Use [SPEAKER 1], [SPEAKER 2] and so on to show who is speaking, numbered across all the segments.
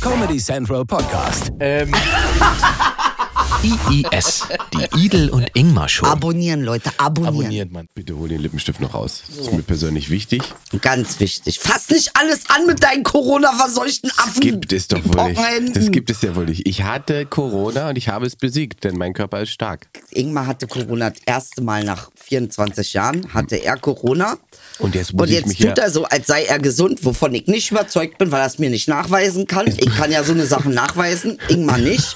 [SPEAKER 1] Comedy Central Podcast.
[SPEAKER 2] Ähm,
[SPEAKER 3] IIS, die Idel und Ingmar Show.
[SPEAKER 4] Abonnieren, Leute, abonnieren.
[SPEAKER 2] abonniert man.
[SPEAKER 5] Bitte hol den Lippenstift noch raus. Das ist mir persönlich wichtig.
[SPEAKER 4] Ganz wichtig. Fass nicht alles an mit deinen Corona-verseuchten Affen.
[SPEAKER 5] Gibt es doch wohl nicht.
[SPEAKER 4] Pockenhänden.
[SPEAKER 5] Das gibt es ja wohl nicht. Ich hatte Corona und ich habe es besiegt, denn mein Körper ist stark.
[SPEAKER 4] Ingmar hatte Corona das erste Mal nach 24 Jahren, hatte er Corona.
[SPEAKER 5] Und jetzt muss
[SPEAKER 4] Und
[SPEAKER 5] ich
[SPEAKER 4] jetzt
[SPEAKER 5] mich
[SPEAKER 4] tut
[SPEAKER 5] ja-
[SPEAKER 4] er so, als sei er gesund, wovon ich nicht überzeugt bin, weil er es mir nicht nachweisen kann. Ich kann ja so eine Sache nachweisen, Ingmar nicht.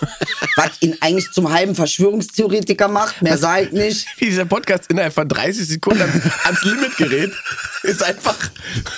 [SPEAKER 4] Was ihn eigentlich zum halben Verschwörungstheoretiker macht, mehr sage ich nicht.
[SPEAKER 5] Wie dieser Podcast innerhalb von 30 Sekunden ans, ans Limit gerät, ist einfach,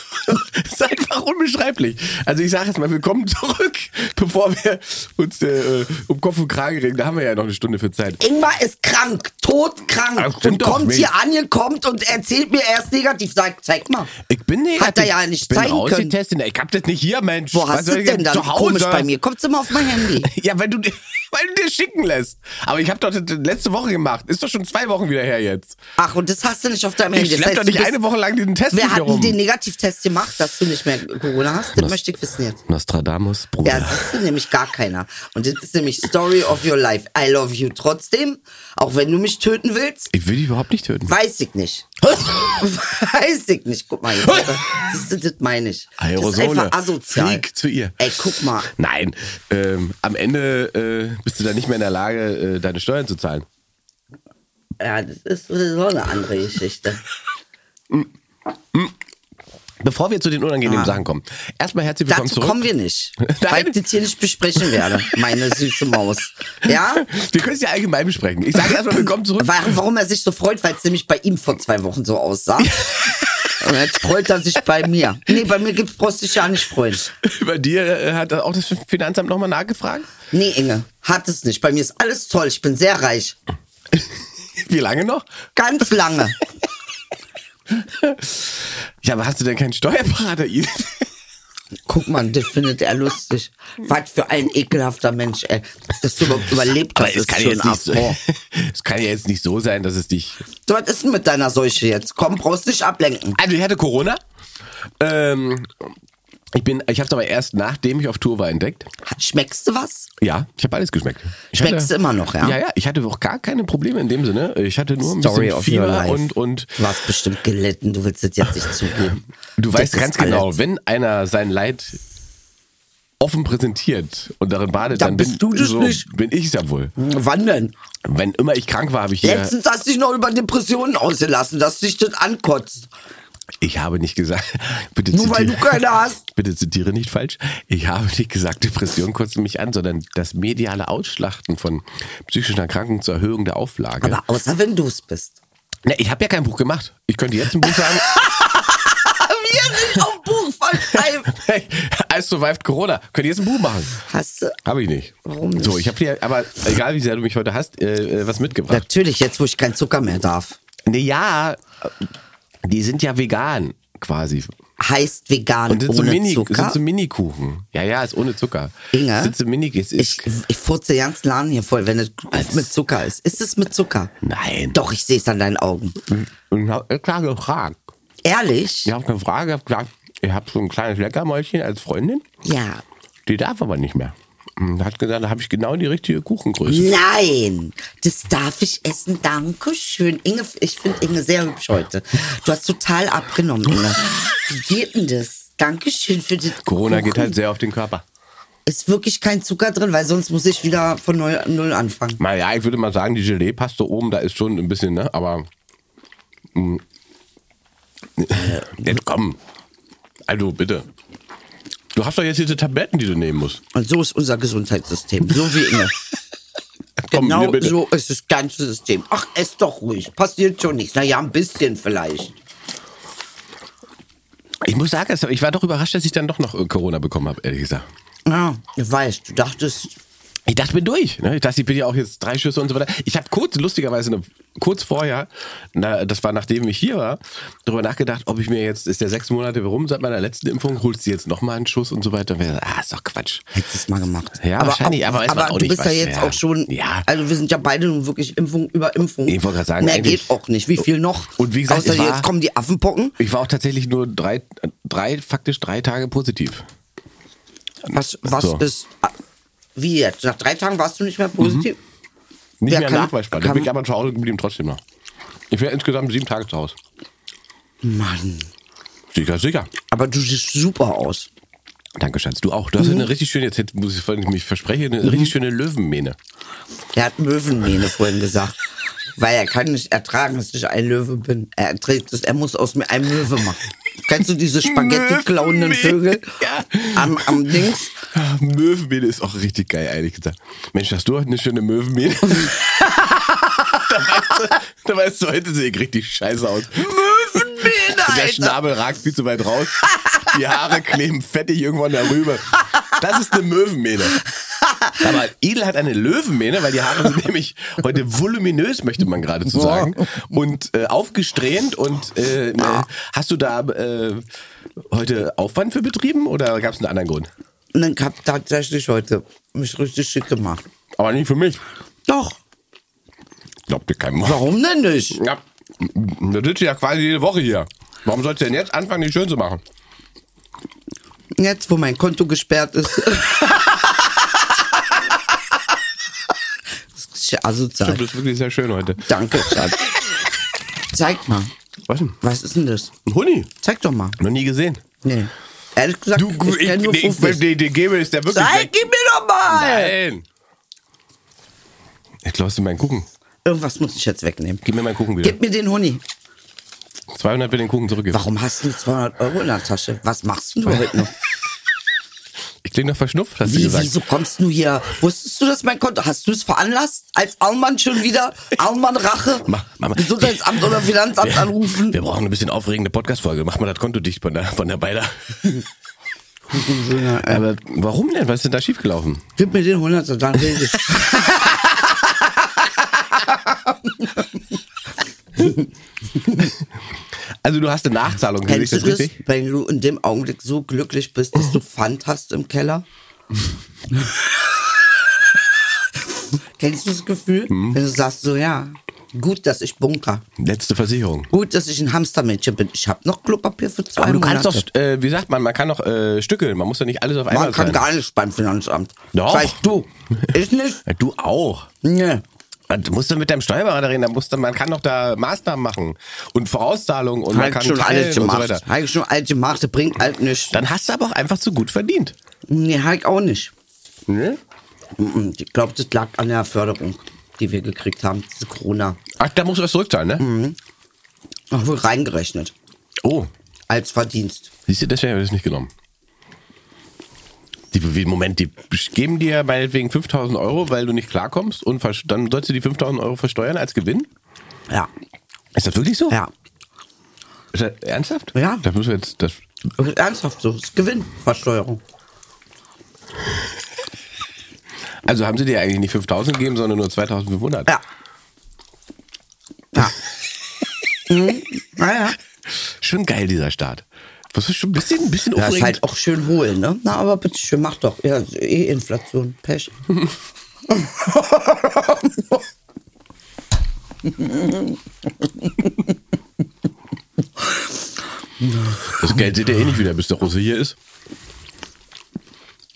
[SPEAKER 5] ist einfach unbeschreiblich. Also ich sage jetzt mal, willkommen zurück, bevor wir uns äh, um Kopf und Kragen reden. Da haben wir ja noch eine Stunde für Zeit.
[SPEAKER 4] Ingmar ist krank,
[SPEAKER 5] Ah,
[SPEAKER 4] todkrank
[SPEAKER 5] stimmt
[SPEAKER 4] und
[SPEAKER 5] doch,
[SPEAKER 4] kommt
[SPEAKER 5] Mensch.
[SPEAKER 4] hier angekommt und erzählt mir, er ist negativ. Sag, zeig mal.
[SPEAKER 5] Ich bin negativ.
[SPEAKER 4] Hat er ja nicht
[SPEAKER 5] bin
[SPEAKER 4] zeigen können.
[SPEAKER 5] rausgetestet. Ich hab das nicht hier, Mensch.
[SPEAKER 4] Wo
[SPEAKER 5] Was
[SPEAKER 4] hast
[SPEAKER 5] soll
[SPEAKER 4] du
[SPEAKER 5] ich
[SPEAKER 4] denn dann
[SPEAKER 5] Zu Hause.
[SPEAKER 4] komisch bei mir? Kommst du mal auf mein Handy?
[SPEAKER 5] Ja, weil du, weil du dir schicken lässt. Aber ich habe doch das letzte Woche gemacht. Ist doch schon zwei Wochen wieder her jetzt.
[SPEAKER 4] Ach, und das hast du nicht auf deinem
[SPEAKER 5] Ich
[SPEAKER 4] Handy.
[SPEAKER 5] schlepp
[SPEAKER 4] heißt,
[SPEAKER 5] doch
[SPEAKER 4] du
[SPEAKER 5] nicht
[SPEAKER 4] bist-
[SPEAKER 5] eine Woche lang den Test
[SPEAKER 4] Wer
[SPEAKER 5] mit mir
[SPEAKER 4] hat denn
[SPEAKER 5] rum.
[SPEAKER 4] den Negativtest gemacht, dass du nicht mehr Corona hast? Das,
[SPEAKER 5] Das-
[SPEAKER 4] möchte ich wissen jetzt.
[SPEAKER 5] Nostradamus,
[SPEAKER 4] Ja, das ist nämlich gar keiner. Und das ist nämlich Story of your life. I love you trotzdem, auch wenn du mich töten willst.
[SPEAKER 5] Ich will dich überhaupt nicht töten.
[SPEAKER 4] Weiß ich nicht. Weiß ich nicht. Guck mal, jetzt. Siehst du, das meine ich. Das ist
[SPEAKER 5] Aerosole.
[SPEAKER 4] einfach asozial.
[SPEAKER 5] Flieg zu ihr.
[SPEAKER 4] Ey, guck mal.
[SPEAKER 5] Nein, ähm, am Ende äh, bist du dann nicht mehr in der Lage, äh, deine Steuern zu zahlen.
[SPEAKER 4] Ja, das ist so eine andere Geschichte.
[SPEAKER 5] Bevor wir zu den unangenehmen
[SPEAKER 4] Ah.
[SPEAKER 5] Sachen kommen. Erstmal herzlich willkommen
[SPEAKER 4] Dazu
[SPEAKER 5] zurück.
[SPEAKER 4] kommen wir nicht. Weil
[SPEAKER 5] Nein.
[SPEAKER 4] ich das hier nicht besprechen werde, meine süße Maus. Ja?
[SPEAKER 5] Wir können es ja allgemein besprechen. Ich sage erstmal willkommen zurück.
[SPEAKER 4] Wa- Warum er sich so freut, weil es nämlich bei ihm vor zwei Wochen so aussah. Und jetzt freut er sich bei mir. Nee, bei mir gibt's brauchst du dich ja nicht freuen.
[SPEAKER 5] Bei dir äh, hat auch das Finanzamt nochmal nachgefragt.
[SPEAKER 4] Nee, Inge, hat es nicht. Bei mir ist alles toll. Ich bin sehr reich.
[SPEAKER 5] Wie lange noch?
[SPEAKER 4] Ganz lange.
[SPEAKER 5] Ja, aber hast du denn keinen Steuerberater? Ihnen?
[SPEAKER 4] Guck mal, das findet er lustig. Was für ein ekelhafter Mensch, ey. Dass du überhaupt überlebt hast, ist schon ab.
[SPEAKER 5] so, es kann ja jetzt nicht so sein, dass es dich.
[SPEAKER 4] So, was ist denn mit deiner Seuche jetzt? Komm, brauchst dich ablenken.
[SPEAKER 5] Also ich hatte Corona. Ähm, ich bin, ich habe es aber erst nachdem ich auf Tour war entdeckt.
[SPEAKER 4] Schmeckst du was?
[SPEAKER 5] Ja, ich habe alles geschmeckt. Ich
[SPEAKER 4] Schmeckst du immer noch, ja?
[SPEAKER 5] Ja, ja. Ich hatte auch gar keine Probleme in dem Sinne. Ich hatte nur ein
[SPEAKER 4] Story
[SPEAKER 5] bisschen
[SPEAKER 4] of your
[SPEAKER 5] Fieber
[SPEAKER 4] life.
[SPEAKER 5] und und
[SPEAKER 4] Du hast bestimmt gelitten, du willst es jetzt nicht zugeben.
[SPEAKER 5] Du
[SPEAKER 4] Das
[SPEAKER 5] weißt
[SPEAKER 4] ist
[SPEAKER 5] ganz genau,
[SPEAKER 4] alles.
[SPEAKER 5] wenn einer sein Leid offen präsentiert und darin badet,
[SPEAKER 4] Dann
[SPEAKER 5] dann,
[SPEAKER 4] bist du
[SPEAKER 5] bin,
[SPEAKER 4] das nicht.
[SPEAKER 5] bin ich es ja wohl.
[SPEAKER 4] Wann denn?
[SPEAKER 5] Wenn immer ich krank war, habe ich hier.
[SPEAKER 4] Letztens hast du dich noch über Depressionen ausgelassen, dass dich das ankotzt.
[SPEAKER 5] Ich habe nicht gesagt. Bitte
[SPEAKER 4] Nur weil
[SPEAKER 5] zitiere-
[SPEAKER 4] du keine hast.
[SPEAKER 5] Bitte zitiere nicht falsch. Ich habe nicht gesagt, Depression kotzt mich an, sondern das mediale Ausschlachten von psychischen Erkrankungen zur Erhöhung der Auflage.
[SPEAKER 4] Aber außer wenn du es bist.
[SPEAKER 5] Na, ich habe ja kein Buch gemacht. Ich könnte jetzt ein Buch sagen.
[SPEAKER 4] Wir sind auf Buch von Five.
[SPEAKER 5] hey, I survived Corona. Könnte jetzt ein Buch machen.
[SPEAKER 4] Hast du?
[SPEAKER 5] Habe ich nicht.
[SPEAKER 4] Warum nicht?
[SPEAKER 5] So, ich habe dir, aber egal wie sehr du mich heute hast, äh, äh, was mitgebracht.
[SPEAKER 4] Natürlich, jetzt wo ich keinen Zucker mehr darf.
[SPEAKER 5] Ne, ja, die sind ja vegan quasi.
[SPEAKER 4] Heißt vegan
[SPEAKER 5] Und sind
[SPEAKER 4] ohne
[SPEAKER 5] so, Mini,
[SPEAKER 4] Zucker.
[SPEAKER 5] sind so Minikuchen. Ja, ja, ist ohne Zucker.
[SPEAKER 4] Inge,
[SPEAKER 5] Sind so Mini, es ist,
[SPEAKER 4] ich, ich furze den ganzen Laden hier voll, wenn es mit Zucker ist. Ist es mit Zucker?
[SPEAKER 5] Nein.
[SPEAKER 4] Doch, ich sehe es an deinen Augen.
[SPEAKER 5] Und hab extra gefragt.
[SPEAKER 4] Ehrlich?
[SPEAKER 5] Ich habe eine Frage, hab gesagt, ich habe so ein kleines Leckermäulchen als Freundin,
[SPEAKER 4] ja.
[SPEAKER 5] die darf aber nicht mehr. Und hat gesagt, da habe ich genau die richtige Kuchengröße.
[SPEAKER 4] Nein, das darf ich essen. Danke schön. Inge, ich finde Inge sehr hübsch heute. Du hast total abgenommen, Inge. Wie geht denn das? Dankeschön für die
[SPEAKER 5] Corona geht
[SPEAKER 4] Kuchen.
[SPEAKER 5] halt sehr auf den Körper.
[SPEAKER 4] Ist wirklich kein Zucker drin, weil sonst muss ich wieder von neu, null anfangen.
[SPEAKER 5] Na ja, ich würde mal sagen, die Gelee-Paste oben, da ist schon ein bisschen, ne? Aber. mm. Äh, Jetzt komm. Also bitte. Du hast doch jetzt diese Tabletten, die du nehmen musst.
[SPEAKER 4] Und so ist unser Gesundheitssystem. So wie Inge.
[SPEAKER 5] Komm,
[SPEAKER 4] genau
[SPEAKER 5] hier bitte.
[SPEAKER 4] so ist das ganze System. Ach, ess doch ruhig. Passiert schon nichts. Naja, ein bisschen vielleicht.
[SPEAKER 5] Ich muss sagen, ich war doch überrascht, dass ich dann doch noch äh, Corona bekommen habe, ehrlich gesagt.
[SPEAKER 4] Ja, ich weiß, du dachtest,
[SPEAKER 5] Ich dachte, ich bin durch. Ne? Ich dachte, ich bin ja auch jetzt drei Schüsse und so weiter. Ich habe kurz, lustigerweise, ne, kurz vorher, na, das war nachdem ich hier war, darüber nachgedacht, ob ich mir jetzt, ist ja sechs Monate rum seit meiner letzten Impfung, holst du jetzt nochmal einen Schuss und so weiter. Und wir, ah, ist doch Quatsch.
[SPEAKER 4] Hättest du es mal gemacht.
[SPEAKER 5] Ja, wahrscheinlich, aber weiß man auch
[SPEAKER 4] du
[SPEAKER 5] nicht,
[SPEAKER 4] bist ja
[SPEAKER 5] was-
[SPEAKER 4] jetzt
[SPEAKER 5] ja.
[SPEAKER 4] auch schon,
[SPEAKER 5] Ja.
[SPEAKER 4] also wir sind ja beide nun wirklich Impfung über Impfung.
[SPEAKER 5] Ich wollte gerade sagen,
[SPEAKER 4] Mehr
[SPEAKER 5] eigentlich-
[SPEAKER 4] geht auch nicht. Wie viel noch?
[SPEAKER 5] Und wie gesagt,
[SPEAKER 4] Außer
[SPEAKER 5] ich war-
[SPEAKER 4] jetzt kommen die Affenpocken.
[SPEAKER 5] Ich war auch tatsächlich nur drei, drei faktisch drei Tage positiv.
[SPEAKER 4] Was, was
[SPEAKER 5] So.
[SPEAKER 4] ist. ah, Wie jetzt? Nach drei Tagen warst du nicht mehr positiv?
[SPEAKER 5] Nicht
[SPEAKER 4] Wer
[SPEAKER 5] mehr
[SPEAKER 4] kann-
[SPEAKER 5] nachweisbar. Da
[SPEAKER 4] kann-
[SPEAKER 5] bin ich aber zu Hause geblieben, trotzdem noch. Ich wäre insgesamt sieben Tage zu Hause. Mhm.
[SPEAKER 4] Mann.
[SPEAKER 5] Sicher, sicher.
[SPEAKER 4] Aber du siehst super aus.
[SPEAKER 5] Danke, Schatz. Du auch. Du hast eine richtig schöne, jetzt muss ich vorhin mich versprechen, eine richtig schöne Löwenmähne.
[SPEAKER 4] Der hat Löwenmähne vorhin gesagt. Weil er kann nicht ertragen, dass ich ein Löwe bin. Er erträgt es, er muss aus mir einen Löwe machen. Kennst du diese Spaghetti-klauenden Vögel
[SPEAKER 5] Ja.
[SPEAKER 4] am, am Dings?
[SPEAKER 5] Ah, Möwenmähne ist auch richtig geil, ehrlich gesagt. Mensch, hast du heute eine schöne Möwenmähne? da, weißt du, da weißt du, heute sehe ich richtig scheiße aus.
[SPEAKER 4] Möwenmähne,
[SPEAKER 5] Der
[SPEAKER 4] Alter.
[SPEAKER 5] Schnabel ragt viel zu weit raus. Die Haare kleben fettig irgendwann darüber. Das ist eine Möwenmähne. Aber Edel hat eine Löwenmähne, weil die Haare sind nämlich heute voluminös, möchte man geradezu sagen. Und äh, aufgestrehnt. Und äh, ne, hast du da äh, heute Aufwand für betrieben oder gab es einen anderen Grund?
[SPEAKER 4] Und dann hab ich tatsächlich heute mich richtig schick gemacht.
[SPEAKER 5] Aber nicht für mich.
[SPEAKER 4] Doch.
[SPEAKER 5] Glaubt dir kein Mann.
[SPEAKER 4] Warum denn nicht?
[SPEAKER 5] Ja, da sitzt du ja quasi jede Woche hier. Warum sollst du denn jetzt anfangen, die schön zu machen?
[SPEAKER 4] Jetzt, wo mein Konto gesperrt ist. das ist ja
[SPEAKER 5] Du
[SPEAKER 4] asozial.
[SPEAKER 5] bist wirklich sehr schön heute.
[SPEAKER 4] also Danke, Schatz. Zeig mal.
[SPEAKER 5] Was denn?
[SPEAKER 4] Was ist denn das?
[SPEAKER 5] Ein Huni?
[SPEAKER 4] Zeig doch mal.
[SPEAKER 5] Noch nie gesehen.
[SPEAKER 4] Nee. Ehrlich gesagt,
[SPEAKER 5] Du,
[SPEAKER 4] ich
[SPEAKER 5] ich,
[SPEAKER 4] kenn nur
[SPEAKER 5] ich, ich,
[SPEAKER 4] Fuffis.
[SPEAKER 5] die, die Gebe ist der wirklich.
[SPEAKER 4] Zeig
[SPEAKER 5] weg.
[SPEAKER 4] ihn mir doch mal!
[SPEAKER 5] Nein! Ich lasse dir meinen Kuchen.
[SPEAKER 4] Irgendwas muss ich jetzt wegnehmen.
[SPEAKER 5] Gib mir meinen Kuchen wieder.
[SPEAKER 4] Gib mir den Honig.
[SPEAKER 5] 200 will den Kuchen zurückgeben.
[SPEAKER 4] Warum hast du 200 Euro in der Tasche? Was machst denn du heute noch?
[SPEAKER 5] Ich klinge doch verschnupft, hast du
[SPEAKER 4] Wie,
[SPEAKER 5] gesagt.
[SPEAKER 4] wieso kommst du hier? Wusstest du, dass mein Konto... Hast du es veranlasst? Als Alman schon wieder? Alman Rache?
[SPEAKER 5] Mach- mach mal.
[SPEAKER 4] Gesundheitsamt oder Finanzamt
[SPEAKER 5] Wir-
[SPEAKER 4] anrufen?
[SPEAKER 5] Wir brauchen ein bisschen aufregende Podcast-Folge. Mach mal das Konto dicht von der, von der Beider. Aber warum denn? Was ist denn da schiefgelaufen?
[SPEAKER 4] Gib mir den 100er, dann rede ich.
[SPEAKER 5] Also du hast eine Nachzahlung, sehe ich
[SPEAKER 4] Kennst du
[SPEAKER 5] das Oh.
[SPEAKER 4] das,
[SPEAKER 5] richtig?
[SPEAKER 4] wenn du in dem Augenblick so glücklich bist, dass du Pfand hast im Keller? Kennst du das Gefühl,
[SPEAKER 5] Hm.
[SPEAKER 4] wenn du sagst so, ja, gut, dass ich bunker.
[SPEAKER 5] Letzte Versicherung.
[SPEAKER 4] Gut, dass ich ein Hamstermädchen bin. Ich habe noch Klopapier für zwei
[SPEAKER 5] Aber du
[SPEAKER 4] Monate.
[SPEAKER 5] kannst doch, äh, wie sagt man, man kann doch äh, stückeln. Man muss doch nicht alles auf einmal
[SPEAKER 4] Man kann
[SPEAKER 5] zahlen.
[SPEAKER 4] gar nichts beim Finanzamt.
[SPEAKER 5] Doch.
[SPEAKER 4] Weißt du. Ich nicht.
[SPEAKER 5] Ja, Äh, Du auch.
[SPEAKER 4] Nee.
[SPEAKER 5] Äh, Du musst doch mit deinem Steuerberater reden, da musst du, man kann doch da Maßnahmen machen und Vorauszahlungen und man
[SPEAKER 4] Hab
[SPEAKER 5] kann
[SPEAKER 4] ich Halt schon
[SPEAKER 5] teilen
[SPEAKER 4] alles
[SPEAKER 5] und so
[SPEAKER 4] gemacht.
[SPEAKER 5] weiter.
[SPEAKER 4] Hab ich schon alles gemacht. Das bringt halt nichts.
[SPEAKER 5] Dann hast du aber auch einfach zu gut verdient.
[SPEAKER 4] Nee, hab ich auch nicht.
[SPEAKER 5] Ne?
[SPEAKER 4] Mhm. Ich glaube, das lag an der Förderung, die wir gekriegt haben. Diese Corona.
[SPEAKER 5] Ach, da musst du was zurückzahlen, ne?
[SPEAKER 4] Hm. Ach, wohl reingerechnet.
[SPEAKER 5] Oh,
[SPEAKER 4] Als Verdienst.
[SPEAKER 5] siehst du, deswegen habe ich das nicht genommen. Die, wie- Moment, die geben dir meinetwegen 5000 Euro, weil du nicht klarkommst und vers- dann sollst du die 5000 Euro versteuern als Gewinn?
[SPEAKER 4] Ja.
[SPEAKER 5] Ist das wirklich so?
[SPEAKER 4] Ja.
[SPEAKER 5] Ist das ernsthaft?
[SPEAKER 4] Ja.
[SPEAKER 5] Das müssen wir jetzt, das,
[SPEAKER 4] Das ist ernsthaft so. Das ist Gewinnversteuerung.
[SPEAKER 5] also haben sie dir eigentlich nicht 5000 gegeben, sondern nur 2500?
[SPEAKER 4] Ja. Ja. mhm. Naja.
[SPEAKER 5] Schon geil, dieser Start. Das ist schon ein bisschen, ein bisschen
[SPEAKER 4] Das ist
[SPEAKER 5] aufregend.
[SPEAKER 4] halt auch schön hohl, ne? Na, aber bitte schön, mach doch. Ja, ist eh Inflation. Pech.
[SPEAKER 5] Das Geld seht ihr eh nicht wieder, bis der Russe hier ist.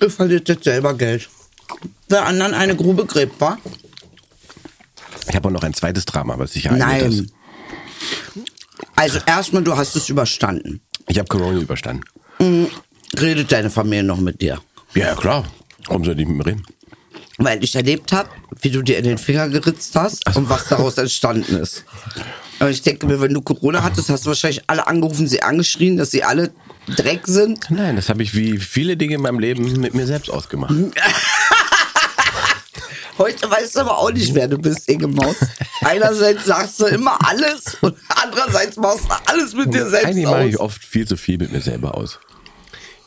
[SPEAKER 4] Ihr verliert jetzt selber Geld. Der anderen eine Grube gräbt, wa?
[SPEAKER 5] Ich habe auch noch ein zweites Drama, was sicher eingeht ist.
[SPEAKER 4] Nein. Also erstmal, du hast es überstanden.
[SPEAKER 5] Ich habe Corona überstanden.
[SPEAKER 4] Redet deine Familie noch mit dir?
[SPEAKER 5] Ja, ja, klar. Warum soll ich nicht mit mir reden?
[SPEAKER 4] Weil ich erlebt habe, wie du dir in den Finger geritzt hast und was daraus entstanden ist. Aber ich denke mir, wenn du Corona hattest, hast du wahrscheinlich alle angerufen, sie angeschrien, dass sie alle Dreck sind.
[SPEAKER 5] Nein, das habe ich wie viele Dinge in meinem Leben mit mir selbst ausgemacht.
[SPEAKER 4] Heute weißt du aber auch nicht, wer du bist, Inge Maus. Einerseits sagst du immer alles und andererseits machst du alles mit dir selbst
[SPEAKER 5] Eigentlich mache ich
[SPEAKER 4] aus.
[SPEAKER 5] oft viel zu viel mit mir selber aus.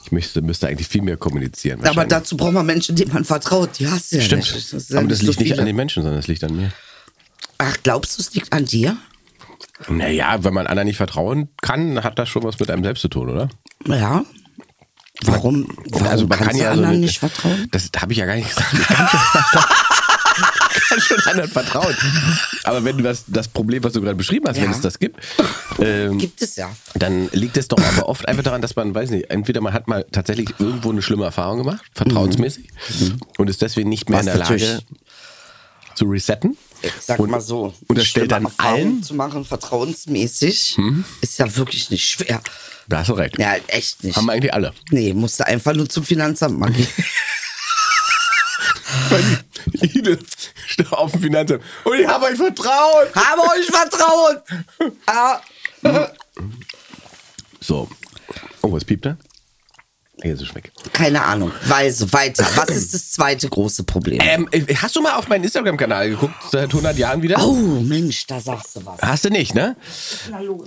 [SPEAKER 5] Ich müsste, müsste eigentlich viel mehr kommunizieren.
[SPEAKER 4] Aber
[SPEAKER 5] wahrscheinlich.
[SPEAKER 4] dazu braucht man Menschen, denen man vertraut. Die hast du ja
[SPEAKER 5] Stimmt.
[SPEAKER 4] nicht. ist ja
[SPEAKER 5] Aber das
[SPEAKER 4] so
[SPEAKER 5] liegt nicht
[SPEAKER 4] viele.
[SPEAKER 5] an den Menschen, sondern das liegt an mir.
[SPEAKER 4] Ach, glaubst du, es liegt an dir?
[SPEAKER 5] Naja, wenn man anderen nicht vertrauen kann, hat das schon was mit einem selbst zu tun, oder?
[SPEAKER 4] Ja. Warum, warum kannst du
[SPEAKER 5] also
[SPEAKER 4] anderen nicht vertrauen?
[SPEAKER 5] Das habe ich ja gar nicht gesagt. kann schon anderen vertrauen. Aber wenn du das, das Problem, was du gerade beschrieben hast,
[SPEAKER 4] Ja.
[SPEAKER 5] wenn es das gibt, ähm,
[SPEAKER 4] Gibt es ja.
[SPEAKER 5] dann liegt es doch aber oft einfach daran, dass man, weiß nicht, entweder man hat mal tatsächlich irgendwo eine schlimme Erfahrung gemacht, vertrauensmäßig, und ist deswegen nicht mehr
[SPEAKER 4] Mhm. Was
[SPEAKER 5] in der Lage
[SPEAKER 4] natürlich-
[SPEAKER 5] zu resetten.
[SPEAKER 4] Ich Sag
[SPEAKER 5] und,
[SPEAKER 4] mal so.
[SPEAKER 5] Und das stellt dann
[SPEAKER 4] schlimme Erfahrungen
[SPEAKER 5] allen. Hm?
[SPEAKER 4] zu machen, vertrauensmäßig, ist ja wirklich nicht schwer.
[SPEAKER 5] Da hast du recht.
[SPEAKER 4] Ja, echt nicht.
[SPEAKER 5] Haben wir eigentlich alle.
[SPEAKER 4] Nee, musste einfach nur zum Finanzamt mal gehen.
[SPEAKER 5] Ide, steh auf dem Finanzamt. Und ich habe euch vertraut.
[SPEAKER 4] Habe euch vertraut! Ah,
[SPEAKER 5] So. Oh, was piept da? Hier ist es weg.
[SPEAKER 4] keine Ahnung. Weise, weiter. Was ist das zweite große Problem?
[SPEAKER 5] Ähm, hast du mal auf meinen Instagram-Kanal geguckt, seit 100 Jahren wieder?
[SPEAKER 4] oh, Mensch, da sagst du was.
[SPEAKER 5] Hast du nicht, ne?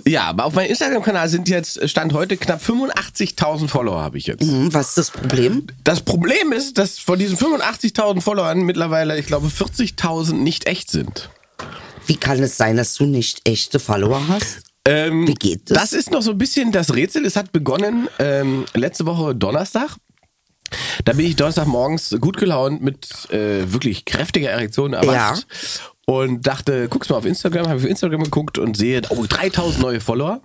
[SPEAKER 5] Ja, aber auf meinem Instagram-Kanal sind jetzt, Stand heute, knapp 85.000 Follower habe ich jetzt.
[SPEAKER 4] Hm, was ist das Problem?
[SPEAKER 5] Das Problem ist, dass von diesen 85.000 Followern mittlerweile, ich glaube, 40.000 nicht echt sind.
[SPEAKER 4] Wie kann es sein, dass du nicht echte Follower hast?
[SPEAKER 5] Ähm,
[SPEAKER 4] Wie geht das?
[SPEAKER 5] Das ist noch so ein bisschen das Rätsel. Es hat begonnen ähm, letzte Woche Donnerstag. Da bin ich Donnerstagmorgens gut gelaunt mit äh, wirklich kräftiger Erektion erwacht. Und dachte, guck's mal auf Instagram, habe ich auf Instagram geguckt und sehe, oh, 3000 neue Follower.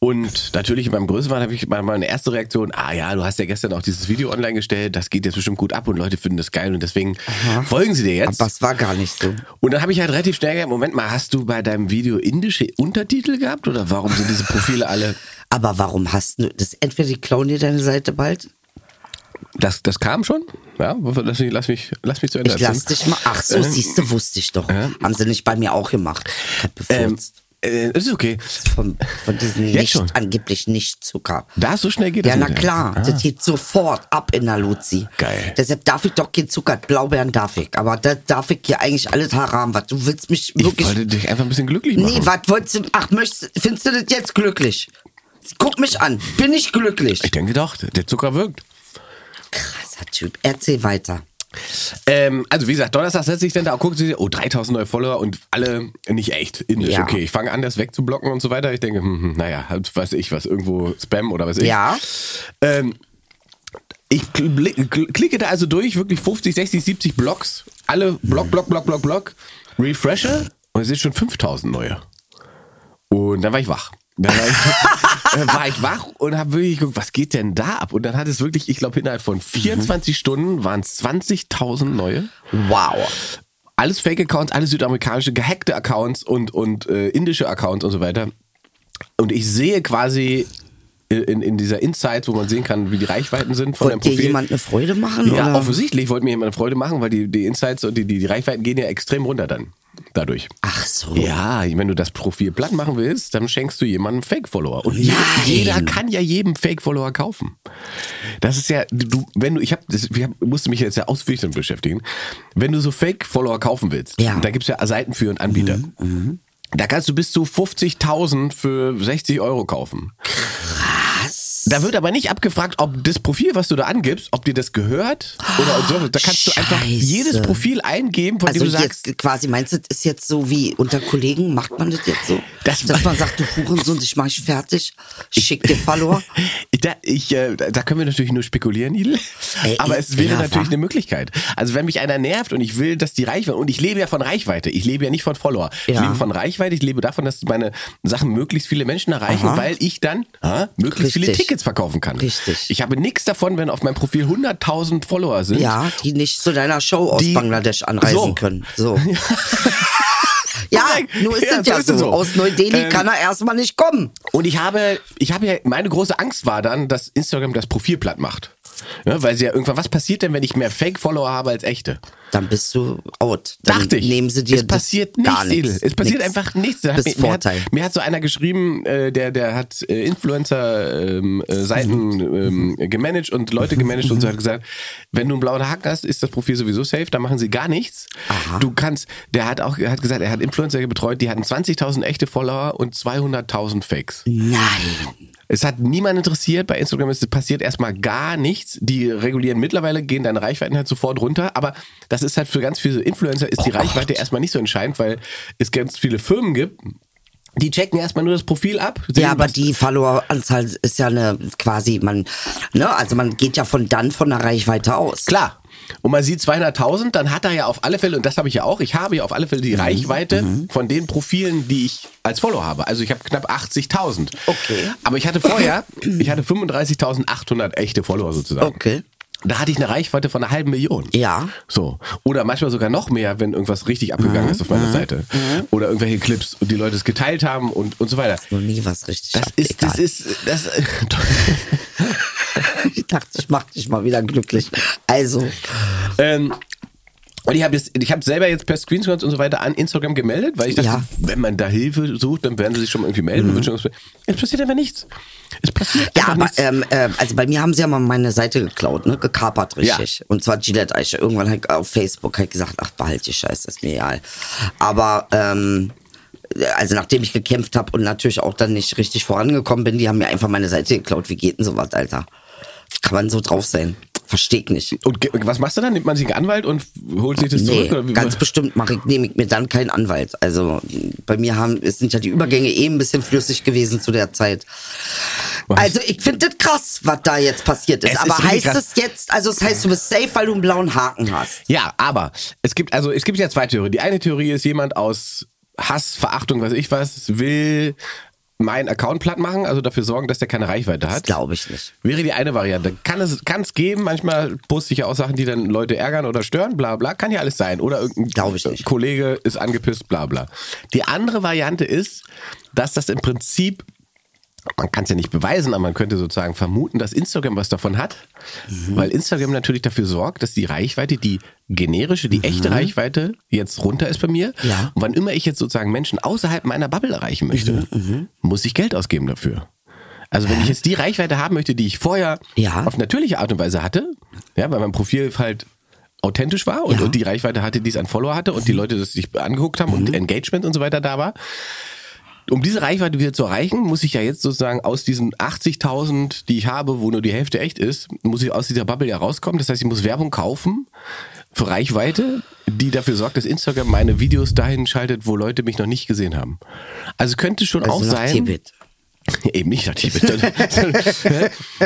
[SPEAKER 5] Und natürlich beim Größenwahn habe ich mal meine erste Reaktion, ah ja, du hast ja gestern auch dieses Video online gestellt, das geht jetzt bestimmt gut ab und Leute finden das geil und deswegen folgen sie dir jetzt.
[SPEAKER 4] Aber es war gar nicht so.
[SPEAKER 5] Und dann habe ich halt relativ schnell gedacht, Moment mal, hast du bei deinem Video indische Untertitel gehabt oder warum sind diese Profile alle?
[SPEAKER 4] Aber warum hast du das? Entweder die klauen dir deine Seite bald.
[SPEAKER 5] Das, das kam schon? Ja, lass mich, lass mich, lass mich zu Ende
[SPEAKER 4] Ich lass
[SPEAKER 5] erzählen.
[SPEAKER 4] dich mal. Ach
[SPEAKER 5] Äh?
[SPEAKER 4] so, siehst du, wusste ich doch. Haben sie nicht bei mir auch gemacht. Ich hab
[SPEAKER 5] Ähm,
[SPEAKER 4] befurzt.
[SPEAKER 5] äh, ist okay.
[SPEAKER 4] von, von diesem
[SPEAKER 5] Jetzt
[SPEAKER 4] nicht,
[SPEAKER 5] schon?
[SPEAKER 4] angeblich Nicht-Zucker.
[SPEAKER 5] Da so schnell geht
[SPEAKER 4] Ja,
[SPEAKER 5] das
[SPEAKER 4] na
[SPEAKER 5] mit dem.
[SPEAKER 4] klar, das geht sofort ab in der Luzi.
[SPEAKER 5] Geil.
[SPEAKER 4] Deshalb darf ich doch kein Zucker, Blaubeeren darf ich, aber da darf ich hier eigentlich alles haram, was du willst mich
[SPEAKER 5] Ich
[SPEAKER 4] wirklich...
[SPEAKER 5] wollte dich einfach ein bisschen glücklich machen.
[SPEAKER 4] nee, was wolltest du... Ach, möchtest, findest du das jetzt glücklich? Guck mich an, bin ich glücklich?
[SPEAKER 5] ich denke doch, der Zucker wirkt.
[SPEAKER 4] Krasser Typ, erzähl weiter.
[SPEAKER 5] Ähm, also wie gesagt, Donnerstag setze ich dann da, gucke sie, oh, 3000 neue Follower und alle nicht echt, indisch,
[SPEAKER 4] Ja.
[SPEAKER 5] okay. Ich fange an, das wegzublocken und so weiter. Ich denke, hm, hm, naja, halt, weiß ich was, irgendwo Spam oder was ich.
[SPEAKER 4] Ja.
[SPEAKER 5] Ähm, ich kl- bli- kl- klicke da also durch, wirklich 50, 60, 70 Blocks. Alle Block, Block, Block, Block, Block. Refresher und es sind schon 5000 neue. Und dann war ich wach. Dann war ich, äh, war ich wach und habe wirklich geguckt, was geht denn da ab? Und dann hat es wirklich, ich glaube, innerhalb von 24 Stunden waren es 20.000 neue.
[SPEAKER 4] Wow.
[SPEAKER 5] Alles Fake-Accounts, alle südamerikanische, gehackte Accounts und, und äh, indische Accounts und so weiter. Und ich sehe quasi in, in dieser Insight, wo man sehen kann, wie die Reichweiten sind von deinem
[SPEAKER 4] Wollte dir
[SPEAKER 5] Profil.
[SPEAKER 4] jemand eine Freude machen?
[SPEAKER 5] Ja,
[SPEAKER 4] oder?
[SPEAKER 5] offensichtlich wollte mir jemand eine Freude machen, weil die, die Insights und die, die, die Reichweiten gehen ja extrem runter dann dadurch.
[SPEAKER 4] Ach so.
[SPEAKER 5] Ja, wenn du das Profil platt machen willst, dann schenkst du jemandem Fake-Follower. Und je-
[SPEAKER 4] Nein.
[SPEAKER 5] jeder kann ja jedem Fake-Follower kaufen. Das ist ja, du, wenn du, ich hab, das, ich hab, musste mich jetzt ja ausführlich damit beschäftigen. Wenn du so Fake-Follower kaufen willst,
[SPEAKER 4] Ja. Mhm,
[SPEAKER 5] da gibt's ja Seiten für und Anbieter. Da kannst du bis zu 50.000 für 60 Euro kaufen. Da wird aber nicht abgefragt, ob das Profil, was du da angibst, ob dir das gehört oder so. Da kannst du einfach
[SPEAKER 4] Oh, Scheiße.
[SPEAKER 5] jedes Profil eingeben, von
[SPEAKER 4] Also
[SPEAKER 5] dem du sagst,
[SPEAKER 4] jetzt quasi, meinst du, das ist jetzt so wie unter Kollegen, macht man das jetzt so?
[SPEAKER 5] Das-
[SPEAKER 4] Dass man sagt, du Hurensohn, dich mach ich fertig, schick dir Follower.
[SPEAKER 5] Ich- Da, ich, äh, da können wir natürlich nur spekulieren, Idel.
[SPEAKER 4] Ey,
[SPEAKER 5] Aber
[SPEAKER 4] ey,
[SPEAKER 5] es wäre
[SPEAKER 4] ja, wa?
[SPEAKER 5] natürlich eine Möglichkeit. Also wenn mich einer nervt und ich will, dass die Reichweite, und ich lebe ja von Reichweite, ich lebe ja nicht von Follower. Ich
[SPEAKER 4] Ja.
[SPEAKER 5] lebe von Reichweite, ich lebe davon, dass meine Sachen möglichst viele Menschen erreichen,
[SPEAKER 4] Aha.
[SPEAKER 5] weil ich dann äh, möglichst viele
[SPEAKER 4] Richtig.
[SPEAKER 5] Tickets verkaufen kann.
[SPEAKER 4] Richtig.
[SPEAKER 5] Ich habe nichts davon, wenn auf meinem Profil 100.000 Follower sind.
[SPEAKER 4] Ja, die nicht zu deiner Show aus
[SPEAKER 5] Die-
[SPEAKER 4] Bangladesch anreisen
[SPEAKER 5] So.
[SPEAKER 4] können. So. Ja, nur ist
[SPEAKER 5] Ja,
[SPEAKER 4] es
[SPEAKER 5] so
[SPEAKER 4] ja
[SPEAKER 5] ist es
[SPEAKER 4] so.
[SPEAKER 5] so.
[SPEAKER 4] Aus Neu-Delhi
[SPEAKER 5] Ähm,
[SPEAKER 4] kann er erstmal nicht kommen.
[SPEAKER 5] Und ich habe, ich habe ja, meine große Angst war dann, dass Instagram das Profil platt macht. Ja, weil sie ja irgendwann, was passiert denn, wenn ich mehr Fake-Follower habe als echte?
[SPEAKER 4] Dann bist du out. Dann
[SPEAKER 5] Dachte ich.
[SPEAKER 4] Nehmen sie dir
[SPEAKER 5] es passiert
[SPEAKER 4] das-
[SPEAKER 5] nichts,
[SPEAKER 4] gar nichts.
[SPEAKER 5] Edel. Es passiert
[SPEAKER 4] Nichts.
[SPEAKER 5] einfach nichts. Da hat
[SPEAKER 4] Das
[SPEAKER 5] mir,
[SPEAKER 4] ist
[SPEAKER 5] mir, hat,
[SPEAKER 4] Vorteil.
[SPEAKER 5] mir hat so einer geschrieben, äh, der, der hat äh, Influencer-Seiten ähm, äh, Seiten, ähm, gemanagt und Leute gemanagt und so hat gesagt, wenn du einen blauen Haken hast, ist das Profil sowieso safe, da machen sie gar nichts. Du kannst, der hat auch er hat gesagt, er hat Influencer betreut, die hatten 20.000 echte Follower und 200.000 Fakes.
[SPEAKER 4] Nein.
[SPEAKER 5] Es hat niemand interessiert. Bei Instagram ist, passiert erstmal gar nichts. Die regulieren mittlerweile, gehen deine Reichweiten halt sofort runter. Aber das ist halt für ganz viele Influencer
[SPEAKER 4] Oh
[SPEAKER 5] ist die Reichweite erstmal nicht so entscheidend, weil es ganz viele Firmen gibt. Die checken erstmal nur das Profil ab. sehen,
[SPEAKER 4] Ja, aber
[SPEAKER 5] was-
[SPEAKER 4] die Followeranzahl ist ja eine quasi, man, ne, also man geht ja von dann von der Reichweite aus.
[SPEAKER 5] Klar. und man sieht 200.000, dann hat er ja auf alle Fälle, und das habe ich ja auch, ich habe ja auf alle Fälle die
[SPEAKER 4] Mhm,
[SPEAKER 5] Reichweite von den Profilen, die ich als Follow habe. Also ich habe knapp 80.000.
[SPEAKER 4] Okay.
[SPEAKER 5] Aber ich hatte vorher, ich hatte 35.800 echte Follower sozusagen.
[SPEAKER 4] Okay.
[SPEAKER 5] Da hatte ich eine Reichweite von einer halben Million.
[SPEAKER 4] Ja.
[SPEAKER 5] So. Oder manchmal sogar noch mehr, wenn irgendwas richtig abgegangen
[SPEAKER 4] Mhm.
[SPEAKER 5] ist auf meiner Seite. Oder irgendwelche Clips und die Leute es geteilt haben und, und so weiter.
[SPEAKER 4] Noch nie was richtig.
[SPEAKER 5] Das ist, das
[SPEAKER 4] Egal.
[SPEAKER 5] ist, das,
[SPEAKER 4] Ich dachte, ich mach dich mal wieder glücklich. Also,
[SPEAKER 5] ähm, und ich habe ich hab selber jetzt per Screenshots und so weiter an Instagram gemeldet, weil ich dachte,
[SPEAKER 4] Ja. Mhm.
[SPEAKER 5] wenn man da Hilfe sucht, dann werden sie sich schon mal irgendwie melden. Wünschen uns- Es passiert einfach nichts. Es passiert
[SPEAKER 4] ja,
[SPEAKER 5] einfach
[SPEAKER 4] aber
[SPEAKER 5] nichts.
[SPEAKER 4] ähm, ähm, also bei mir haben sie ja mal meine Seite geklaut, ne? Gekapert richtig.
[SPEAKER 5] Ja.
[SPEAKER 4] Und zwar Gillette Eiche. Irgendwann halt auf Facebook halt gesagt, ach, behalt die Scheiße, ist mir egal. Aber ähm, also nachdem ich gekämpft habe und natürlich auch dann nicht richtig vorangekommen bin, die haben mir einfach meine Seite geklaut. Wie geht denn sowas, Alter? Kann man so drauf sein? Versteh ich nicht.
[SPEAKER 5] und ge- was machst du dann? Nimmt man sich einen Anwalt und holt sich das
[SPEAKER 4] Nee,
[SPEAKER 5] zurück? Oder wie-
[SPEAKER 4] ganz bestimmt mache ich, nehme ich mir dann keinen Anwalt. Also bei mir haben, es sind ja die Übergänge eh ein bisschen flüssig gewesen zu der Zeit.
[SPEAKER 5] Was?
[SPEAKER 4] Also ich finde das krass, was da jetzt passiert ist.
[SPEAKER 5] Es ist
[SPEAKER 4] Aber
[SPEAKER 5] richtig
[SPEAKER 4] heißt
[SPEAKER 5] krass.
[SPEAKER 4] es jetzt, also es heißt, du bist safe, weil du einen blauen Haken hast.
[SPEAKER 5] Ja, aber es gibt also es gibt ja zwei Theorien. Die eine Theorie ist jemand aus Hass, Verachtung, weiß ich was, will meinen Account platt machen, also dafür sorgen, dass der keine Reichweite
[SPEAKER 4] Das
[SPEAKER 5] hat.
[SPEAKER 4] glaube ich nicht.
[SPEAKER 5] Wäre die eine Variante. Kann es kann's geben, manchmal poste ich ja auch Sachen, die dann Leute ärgern oder stören, bla bla. Kann ja alles sein. Oder irgendein
[SPEAKER 4] Glaub ich nicht.
[SPEAKER 5] Kollege ist angepisst, bla bla. Die andere Variante ist, dass das im Prinzip, man kann es ja nicht beweisen, aber man könnte sozusagen vermuten, dass Instagram was davon hat,
[SPEAKER 4] Mhm.
[SPEAKER 5] weil Instagram natürlich dafür sorgt, dass die Reichweite, die generische, die echte Reichweite jetzt runter ist bei mir.
[SPEAKER 4] Mhm. Ja.
[SPEAKER 5] Und wann immer ich jetzt sozusagen Menschen außerhalb meiner Bubble erreichen möchte,
[SPEAKER 4] Mhm.
[SPEAKER 5] muss ich Geld ausgeben dafür. Also wenn ich jetzt die Reichweite haben möchte, die ich vorher
[SPEAKER 4] Ja.
[SPEAKER 5] auf natürliche Art und Weise hatte, ja, weil mein Profil halt authentisch war und,
[SPEAKER 4] Ja. Mhm.
[SPEAKER 5] und die Reichweite hatte, die es an Follower hatte und die Leute das sich angeguckt haben und Engagement und so weiter da war. Um diese Reichweite wieder zu erreichen, muss ich ja jetzt sozusagen aus diesen 80.000, die ich habe, wo nur die Hälfte echt ist, muss ich aus dieser Bubble ja rauskommen. Das heißt, ich muss Werbung kaufen für Reichweite, die dafür sorgt, dass Instagram meine Videos dahin schaltet, wo Leute mich noch nicht gesehen haben. Also könnte schon auch
[SPEAKER 4] nach
[SPEAKER 5] sein.
[SPEAKER 4] Tibet.
[SPEAKER 5] Eben nicht nach Tibet.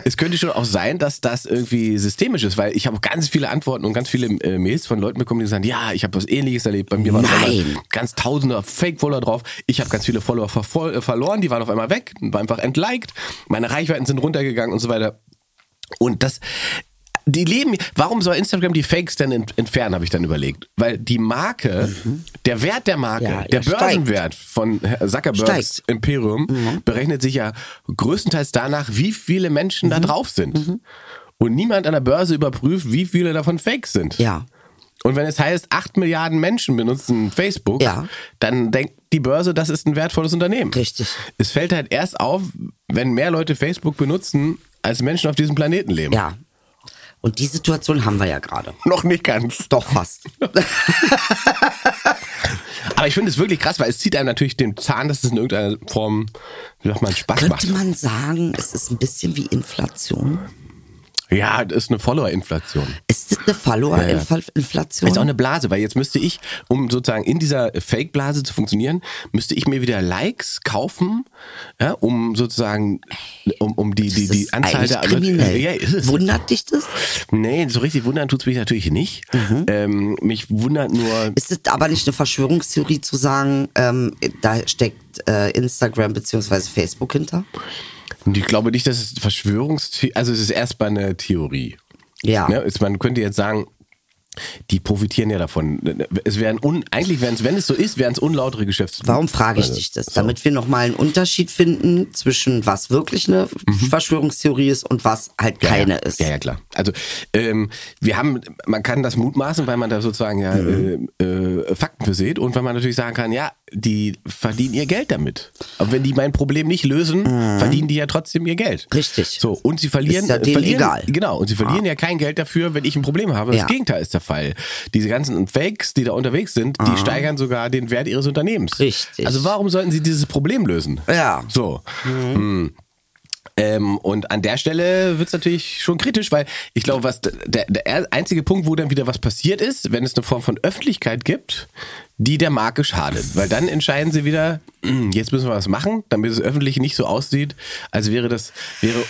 [SPEAKER 5] es könnte schon auch sein, dass das irgendwie systemisch ist, weil ich habe ganz viele Antworten und ganz viele äh, Mails von Leuten bekommen, die sagen, ja, ich habe was ähnliches erlebt. Bei mir waren auf einmal
[SPEAKER 4] Nein.
[SPEAKER 5] ganz tausende Fake-Follower drauf. Ich habe ganz viele Follower verfol- äh, verloren, die waren auf einmal weg, war einfach entliked. Meine Reichweiten sind runtergegangen und so weiter. Und das, die leben, warum soll Instagram die Fakes denn ent entfernen, habe ich dann überlegt. Weil die Marke, der Wert der Marke,
[SPEAKER 4] Mhm. Ja,
[SPEAKER 5] der
[SPEAKER 4] ja, steigt.
[SPEAKER 5] Börsenwert von Herr Zuckerbergs
[SPEAKER 4] Steigt.
[SPEAKER 5] Imperium
[SPEAKER 4] Mhm.
[SPEAKER 5] berechnet sich ja größtenteils danach, wie viele Menschen
[SPEAKER 4] Mhm.
[SPEAKER 5] da drauf sind. Und niemand an der Börse überprüft, wie viele davon Fakes sind.
[SPEAKER 4] Ja.
[SPEAKER 5] Und wenn es heißt, 8 Milliarden Menschen benutzen Facebook,
[SPEAKER 4] Ja.
[SPEAKER 5] dann denkt die Börse, das ist ein wertvolles Unternehmen.
[SPEAKER 4] Richtig.
[SPEAKER 5] Es fällt halt erst auf, wenn mehr Leute Facebook benutzen, als Menschen auf diesem Planeten leben.
[SPEAKER 4] Ja. Und die Situation haben wir ja gerade.
[SPEAKER 5] Noch nicht ganz.
[SPEAKER 4] Doch fast.
[SPEAKER 5] Aber ich finde es wirklich krass, weil es zieht einem natürlich den Zahn, dass es in irgendeiner Form, wie sagt man, Spaß macht.
[SPEAKER 4] Könnte man sagen, es ist ein bisschen wie Inflation?
[SPEAKER 5] Ja, das ist eine Follower-Inflation.
[SPEAKER 4] Ist das eine Follower-Inflation?
[SPEAKER 5] Ist auch eine Blase, weil jetzt müsste ich, um sozusagen in dieser Fake-Blase zu funktionieren, müsste ich mir wieder Likes kaufen, ja, um sozusagen, um, um die, die,
[SPEAKER 4] Das
[SPEAKER 5] die
[SPEAKER 4] ist
[SPEAKER 5] Anzahl
[SPEAKER 4] eigentlich
[SPEAKER 5] der
[SPEAKER 4] kriminell.
[SPEAKER 5] Ja, ist es.
[SPEAKER 4] Wundert dich das?
[SPEAKER 5] Nee, so richtig wundern tut's mich natürlich nicht.
[SPEAKER 4] Mhm.
[SPEAKER 5] Ähm, mich wundert nur,
[SPEAKER 4] Ist es aber nicht eine Verschwörungstheorie zu sagen, ähm, da steckt äh, Instagram beziehungsweise Facebook hinter?
[SPEAKER 5] und ich glaube nicht, dass es Verschwörungstheorie, also es ist erstmal eine Theorie.
[SPEAKER 4] Ja.
[SPEAKER 5] Ne? Ist, man könnte jetzt sagen, die profitieren ja davon. Es wären un, eigentlich wären es, wenn es so ist, wären es unlautere Geschäfts.
[SPEAKER 4] Warum frage ich
[SPEAKER 5] Also,
[SPEAKER 4] dich das?
[SPEAKER 5] so.
[SPEAKER 4] Damit wir nochmal einen Unterschied finden zwischen was wirklich eine Verschwörungstheorie ist und was halt keine
[SPEAKER 5] ja, ja.
[SPEAKER 4] ist.
[SPEAKER 5] Ja, ja, klar. Also ähm, wir haben, man kann das mutmaßen, weil man da sozusagen ja äh, äh, Fakten für sieht und weil man natürlich sagen kann, ja, die verdienen ihr Geld damit. Aber wenn die mein Problem nicht lösen, verdienen die ja trotzdem ihr Geld.
[SPEAKER 4] Mhm. Richtig.
[SPEAKER 5] So und sie verlieren,
[SPEAKER 4] Ist ja denen
[SPEAKER 5] verlieren
[SPEAKER 4] egal. Ah.
[SPEAKER 5] genau und sie verlieren ja kein Geld dafür, wenn ich ein Problem habe.
[SPEAKER 4] Ja.
[SPEAKER 5] Das Gegenteil ist der Fall. Diese ganzen Fakes, die da unterwegs sind, die steigern sogar den Wert ihres Unternehmens.
[SPEAKER 4] Ah. Richtig.
[SPEAKER 5] Also warum sollten sie dieses Problem lösen?
[SPEAKER 4] Ja.
[SPEAKER 5] So. Hm. Ähm, und an der Stelle wird's natürlich schon kritisch, weil ich glaube, was d- der, der einzige Punkt, wo dann wieder was passiert ist, wenn es eine Form von Öffentlichkeit gibt, die der Marke schadet. Weil dann entscheiden sie wieder, hm, jetzt müssen wir was machen, damit das Öffentliche nicht so aussieht, als wäre das, wäre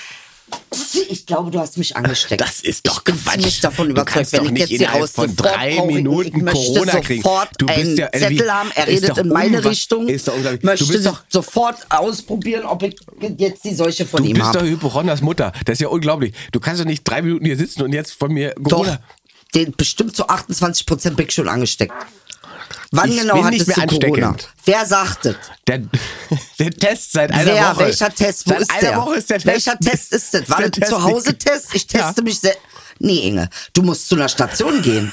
[SPEAKER 4] Schatzi, ich glaube, du hast mich angesteckt.
[SPEAKER 5] Das ist doch
[SPEAKER 4] ich bin
[SPEAKER 5] Quatsch.
[SPEAKER 4] ziemlich davon
[SPEAKER 5] Du
[SPEAKER 4] überzeugt,
[SPEAKER 5] kannst
[SPEAKER 4] wenn
[SPEAKER 5] doch
[SPEAKER 4] ich
[SPEAKER 5] nicht
[SPEAKER 4] jetzt hier
[SPEAKER 5] innerhalb
[SPEAKER 4] aus
[SPEAKER 5] von
[SPEAKER 4] sofort
[SPEAKER 5] drei
[SPEAKER 4] brauche,
[SPEAKER 5] Minuten
[SPEAKER 4] ich möchte
[SPEAKER 5] Corona
[SPEAKER 4] sofort
[SPEAKER 5] kriegen. Du
[SPEAKER 4] Du
[SPEAKER 5] bist
[SPEAKER 4] einen
[SPEAKER 5] ja irgendwie-
[SPEAKER 4] Zettel haben, er
[SPEAKER 5] ist
[SPEAKER 4] redet
[SPEAKER 5] doch
[SPEAKER 4] in meine
[SPEAKER 5] unwahr-
[SPEAKER 4] Richtung,
[SPEAKER 5] ist doch unglaublich. Du
[SPEAKER 4] möchte
[SPEAKER 5] bist doch-
[SPEAKER 4] sofort ausprobieren, ob ich jetzt die Seuche von
[SPEAKER 5] Du
[SPEAKER 4] ihm
[SPEAKER 5] bist doch
[SPEAKER 4] habe.
[SPEAKER 5] Hypochonders Mutter. Das ist ja unglaublich. Du kannst doch nicht drei Minuten hier sitzen und jetzt von mir Corona.
[SPEAKER 4] den bestimmt zu 28 Prozent bin ich schon angesteckt. Wann
[SPEAKER 5] Ich
[SPEAKER 4] genau
[SPEAKER 5] bin
[SPEAKER 4] hattest
[SPEAKER 5] nicht mehr
[SPEAKER 4] du Corona?
[SPEAKER 5] ansteckend.
[SPEAKER 4] Wer sagt das?
[SPEAKER 5] Der, der Test seit einer
[SPEAKER 4] Wer?
[SPEAKER 5] Woche.
[SPEAKER 4] Welcher Test? Wo
[SPEAKER 5] seit
[SPEAKER 4] ist
[SPEAKER 5] einer
[SPEAKER 4] der?
[SPEAKER 5] Woche ist der Test.
[SPEAKER 4] Welcher Test ist das?
[SPEAKER 5] Der
[SPEAKER 4] War das ein
[SPEAKER 5] Test-
[SPEAKER 4] Zuhause-Test? Ich teste
[SPEAKER 5] Ja.
[SPEAKER 4] mich selbst. Nee, Inge, du musst zu einer Station gehen.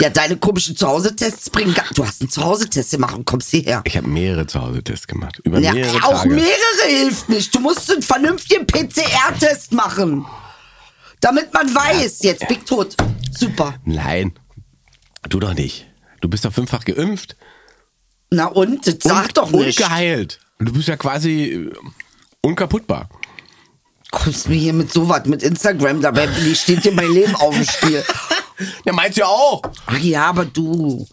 [SPEAKER 4] Ja, deine komischen Zuhause-Tests bringen gar Du hast einen Zuhause-Test gemacht und kommst hierher.
[SPEAKER 5] Ich habe mehrere Zuhause-Tests gemacht. Über
[SPEAKER 4] Ja,
[SPEAKER 5] mehrere
[SPEAKER 4] auch
[SPEAKER 5] Tage.
[SPEAKER 4] mehrere hilft nicht. Du musst einen vernünftigen PCR-Test machen. Damit man weiß, jetzt bin ich tot. Super.
[SPEAKER 5] Nein. Du doch nicht. Du bist doch fünffach geimpft.
[SPEAKER 4] Na und? Das sag doch
[SPEAKER 5] und halt-
[SPEAKER 4] nicht.
[SPEAKER 5] geheilt. Du bist ja quasi äh, unkaputtbar.
[SPEAKER 4] kommst mir hier mit sowas, mit Instagram, dabei steht dir mein Leben auf dem Spiel.
[SPEAKER 5] Ja, meinst du ja auch.
[SPEAKER 4] Ach ja, aber du.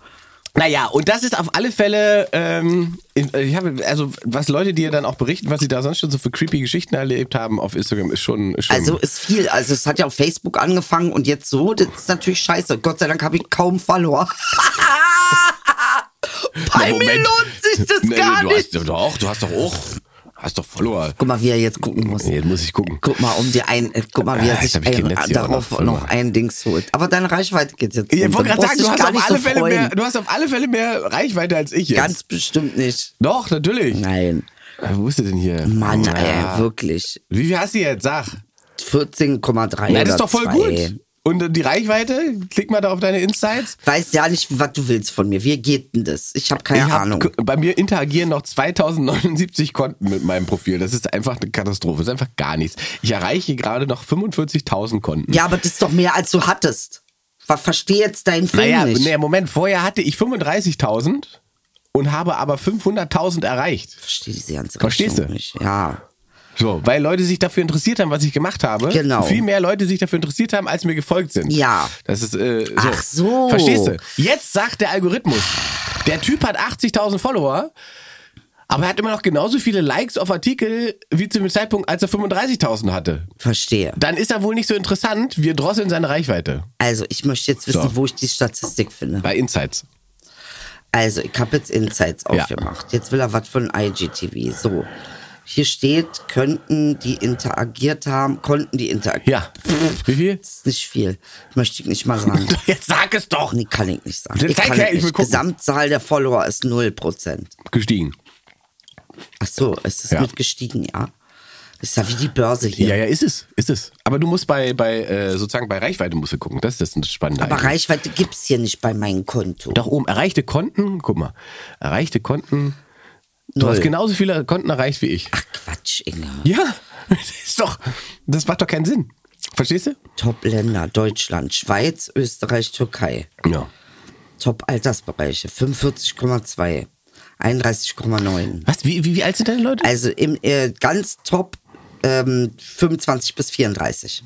[SPEAKER 5] Naja, und das ist auf alle Fälle, ähm, in- äh, ich habe, also was Leute dir dann auch berichten, was sie da sonst schon so für creepy Geschichten erlebt haben auf Instagram, ist schon. Ist schon
[SPEAKER 4] Also ist viel. Also es hat ja auf Facebook angefangen und jetzt so, das ist natürlich scheiße. Gott sei Dank habe ich kaum Follower. Bei
[SPEAKER 5] Na,
[SPEAKER 4] mir
[SPEAKER 5] Moment.
[SPEAKER 4] lohnt sich das
[SPEAKER 5] Nee,
[SPEAKER 4] gar
[SPEAKER 5] du
[SPEAKER 4] nicht.
[SPEAKER 5] Hast, doch, du hast doch auch, hast doch Follower.
[SPEAKER 4] Guck mal, wie er jetzt gucken muss.
[SPEAKER 5] Jetzt muss ich gucken.
[SPEAKER 4] Guck mal, um dir ein, äh, guck mal, wie
[SPEAKER 5] Ah,
[SPEAKER 4] er
[SPEAKER 5] jetzt
[SPEAKER 4] sich
[SPEAKER 5] hab ich kein
[SPEAKER 4] ein,
[SPEAKER 5] Netz hier
[SPEAKER 4] darauf
[SPEAKER 5] auch noch.
[SPEAKER 4] noch ein Dings holt. Aber deine Reichweite geht jetzt.
[SPEAKER 5] Ich
[SPEAKER 4] runter.
[SPEAKER 5] wollte gerade
[SPEAKER 4] Brauchst
[SPEAKER 5] sagen, du
[SPEAKER 4] dich
[SPEAKER 5] hast,
[SPEAKER 4] gar
[SPEAKER 5] auf
[SPEAKER 4] nicht
[SPEAKER 5] alle
[SPEAKER 4] so
[SPEAKER 5] Fälle
[SPEAKER 4] freuen.
[SPEAKER 5] mehr, du hast auf alle Fälle mehr Reichweite als ich jetzt.
[SPEAKER 4] Ganz bestimmt nicht.
[SPEAKER 5] Doch, natürlich.
[SPEAKER 4] Nein.
[SPEAKER 5] Äh, Wo ist sie denn hier?
[SPEAKER 4] Mann,
[SPEAKER 5] Ja.
[SPEAKER 4] ey, wirklich.
[SPEAKER 5] Wie viel hast du jetzt? Sag.
[SPEAKER 4] 14,3.
[SPEAKER 5] Ja, das
[SPEAKER 4] oder
[SPEAKER 5] ist doch voll
[SPEAKER 4] zwei.
[SPEAKER 5] gut. Und äh, die Reichweite? Klick mal da auf deine Insights.
[SPEAKER 4] Weiß ja nicht, was du willst von mir. Wie geht denn das? Ich habe keine
[SPEAKER 5] ich hab-
[SPEAKER 4] Ahnung.
[SPEAKER 5] Bei mir interagieren noch 2079 Konten mit meinem Profil. Das ist einfach eine Katastrophe. Das ist einfach gar nichts. Ich erreiche gerade noch 45.000 Konten.
[SPEAKER 4] Ja, aber das ist doch mehr, als du hattest. Was verstehe jetzt deinen Film
[SPEAKER 5] Naja, ne,
[SPEAKER 4] nicht?
[SPEAKER 5] nee, Moment, vorher hatte ich 35.000 und habe aber 500.000 erreicht.
[SPEAKER 4] Verstehe diese ganze
[SPEAKER 5] Verstehst
[SPEAKER 4] Rechnung
[SPEAKER 5] du?
[SPEAKER 4] nicht. Ja.
[SPEAKER 5] So, weil Leute sich dafür interessiert haben, was ich gemacht habe.
[SPEAKER 4] Genau.
[SPEAKER 5] Viel mehr Leute sich dafür interessiert haben, als mir gefolgt sind.
[SPEAKER 4] Ja.
[SPEAKER 5] Das ist äh, so.
[SPEAKER 4] Ach so.
[SPEAKER 5] Verstehst du? Jetzt sagt der Algorithmus, der Typ hat 80.000 Follower, aber er hat immer noch genauso viele Likes auf Artikel wie zu dem Zeitpunkt, als er 35.000 hatte.
[SPEAKER 4] Verstehe.
[SPEAKER 5] Dann ist er wohl nicht so interessant. Wir drosseln seine Reichweite
[SPEAKER 4] Also, ich möchte jetzt wissen,
[SPEAKER 5] So.
[SPEAKER 4] wo ich die Statistik finde.
[SPEAKER 5] bei Insights.
[SPEAKER 4] Also, ich habe jetzt Insights
[SPEAKER 5] Ja.
[SPEAKER 4] aufgemacht. Jetzt will er was von IGTV. So. Hier steht, könnten die interagiert haben, konnten die interagieren.
[SPEAKER 5] Ja. Wie viel?
[SPEAKER 4] Das ist nicht viel. Möchte ich nicht mal sagen.
[SPEAKER 5] Jetzt sag es doch.
[SPEAKER 4] Nee, kann ich nicht sagen.
[SPEAKER 5] Dann
[SPEAKER 4] Ich
[SPEAKER 5] zeig
[SPEAKER 4] kann
[SPEAKER 5] her,
[SPEAKER 4] es
[SPEAKER 5] ich will
[SPEAKER 4] nicht.
[SPEAKER 5] gucken.
[SPEAKER 4] Gesamtzahl der Follower ist 0%.
[SPEAKER 5] Gestiegen.
[SPEAKER 4] Ach so, es ist
[SPEAKER 5] Ja.
[SPEAKER 4] mit gestiegen, ja. Ist ja wie die Börse hier.
[SPEAKER 5] Ja, ja, ist es, ist es. Aber du musst bei, bei äh, sozusagen bei Reichweite musst du gucken. Das ist das Spannende.
[SPEAKER 4] Aber
[SPEAKER 5] eigentlich.
[SPEAKER 4] Reichweite gibt's hier nicht bei meinem Konto.
[SPEAKER 5] Doch oben erreichte Konten, guck mal, erreichte Konten. Du
[SPEAKER 4] Null.
[SPEAKER 5] hast genauso viele Konten erreicht wie ich.
[SPEAKER 4] Ach Quatsch, Inge.
[SPEAKER 5] Ja, das ist doch, das macht doch keinen Sinn. Verstehst du?
[SPEAKER 4] Top-Länder, Deutschland, Schweiz, Österreich, Türkei.
[SPEAKER 5] Ja.
[SPEAKER 4] Top-Altersbereiche, 45,2, 31,9.
[SPEAKER 5] Was? Wie, wie, wie alt sind deine Leute?
[SPEAKER 4] Also im äh, ganz top ähm, 25 bis 34.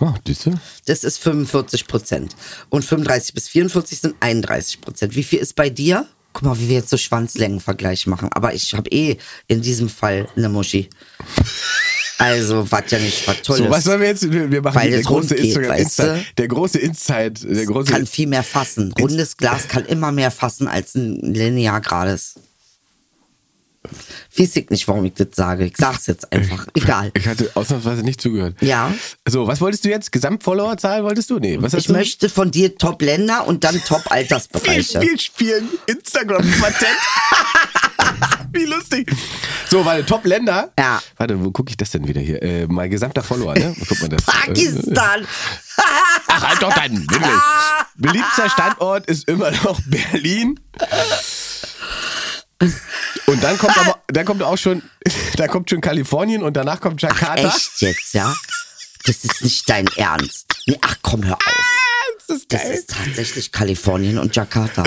[SPEAKER 5] Oh, siehst du?
[SPEAKER 4] Das ist 45 Prozent. Und 35 bis 44 sind 31 Prozent. Wie viel ist bei dir? Guck mal, wie wir jetzt so Schwanzlängenvergleich machen. Aber ich habe eh in diesem Fall eine Muschi. Also, was ja nicht was Tolles.
[SPEAKER 5] So, was sollen wir jetzt? Wir, wir machen
[SPEAKER 4] Weil
[SPEAKER 5] der
[SPEAKER 4] das
[SPEAKER 5] große
[SPEAKER 4] rund geht,
[SPEAKER 5] Instagram
[SPEAKER 4] weißt du?
[SPEAKER 5] Insight. Der große Insight. Der große
[SPEAKER 4] kann viel mehr fassen. Rundes Glas kann immer mehr fassen als ein linear gerades. Weiß ich nicht, warum ich das sage. Ich sag's jetzt einfach. Egal.
[SPEAKER 5] Ich hatte ausnahmsweise nicht zugehört.
[SPEAKER 4] Ja.
[SPEAKER 5] So, was wolltest du jetzt? Gesamtfollowerzahl wolltest du? Nee, was hast
[SPEAKER 4] Ich
[SPEAKER 5] du?
[SPEAKER 4] möchte von dir Top-Länder und dann
[SPEAKER 5] viel,
[SPEAKER 4] Top-Altersbereiche.
[SPEAKER 5] viel spielen. Instagram-Quartett. Wie lustig. So, warte, Top-Länder.
[SPEAKER 4] Ja.
[SPEAKER 5] Warte, wo gucke ich das denn wieder hier? Äh, mein gesamter Follower, ne? Wo guckt man das?
[SPEAKER 4] Pakistan!
[SPEAKER 5] Ach, halt doch deinen Wimmel. Ah. Beliebster Äh, Standort ist immer noch Berlin. Und dann kommt aber, dann kommt auch schon, da kommt schon Kalifornien und danach kommt Jakarta.
[SPEAKER 4] Echt jetzt, ja? Das ist nicht dein Ernst. Nee, ach komm, hör auf.
[SPEAKER 5] Das ist
[SPEAKER 4] Das
[SPEAKER 5] geil.
[SPEAKER 4] ist tatsächlich Kalifornien und Jakarta.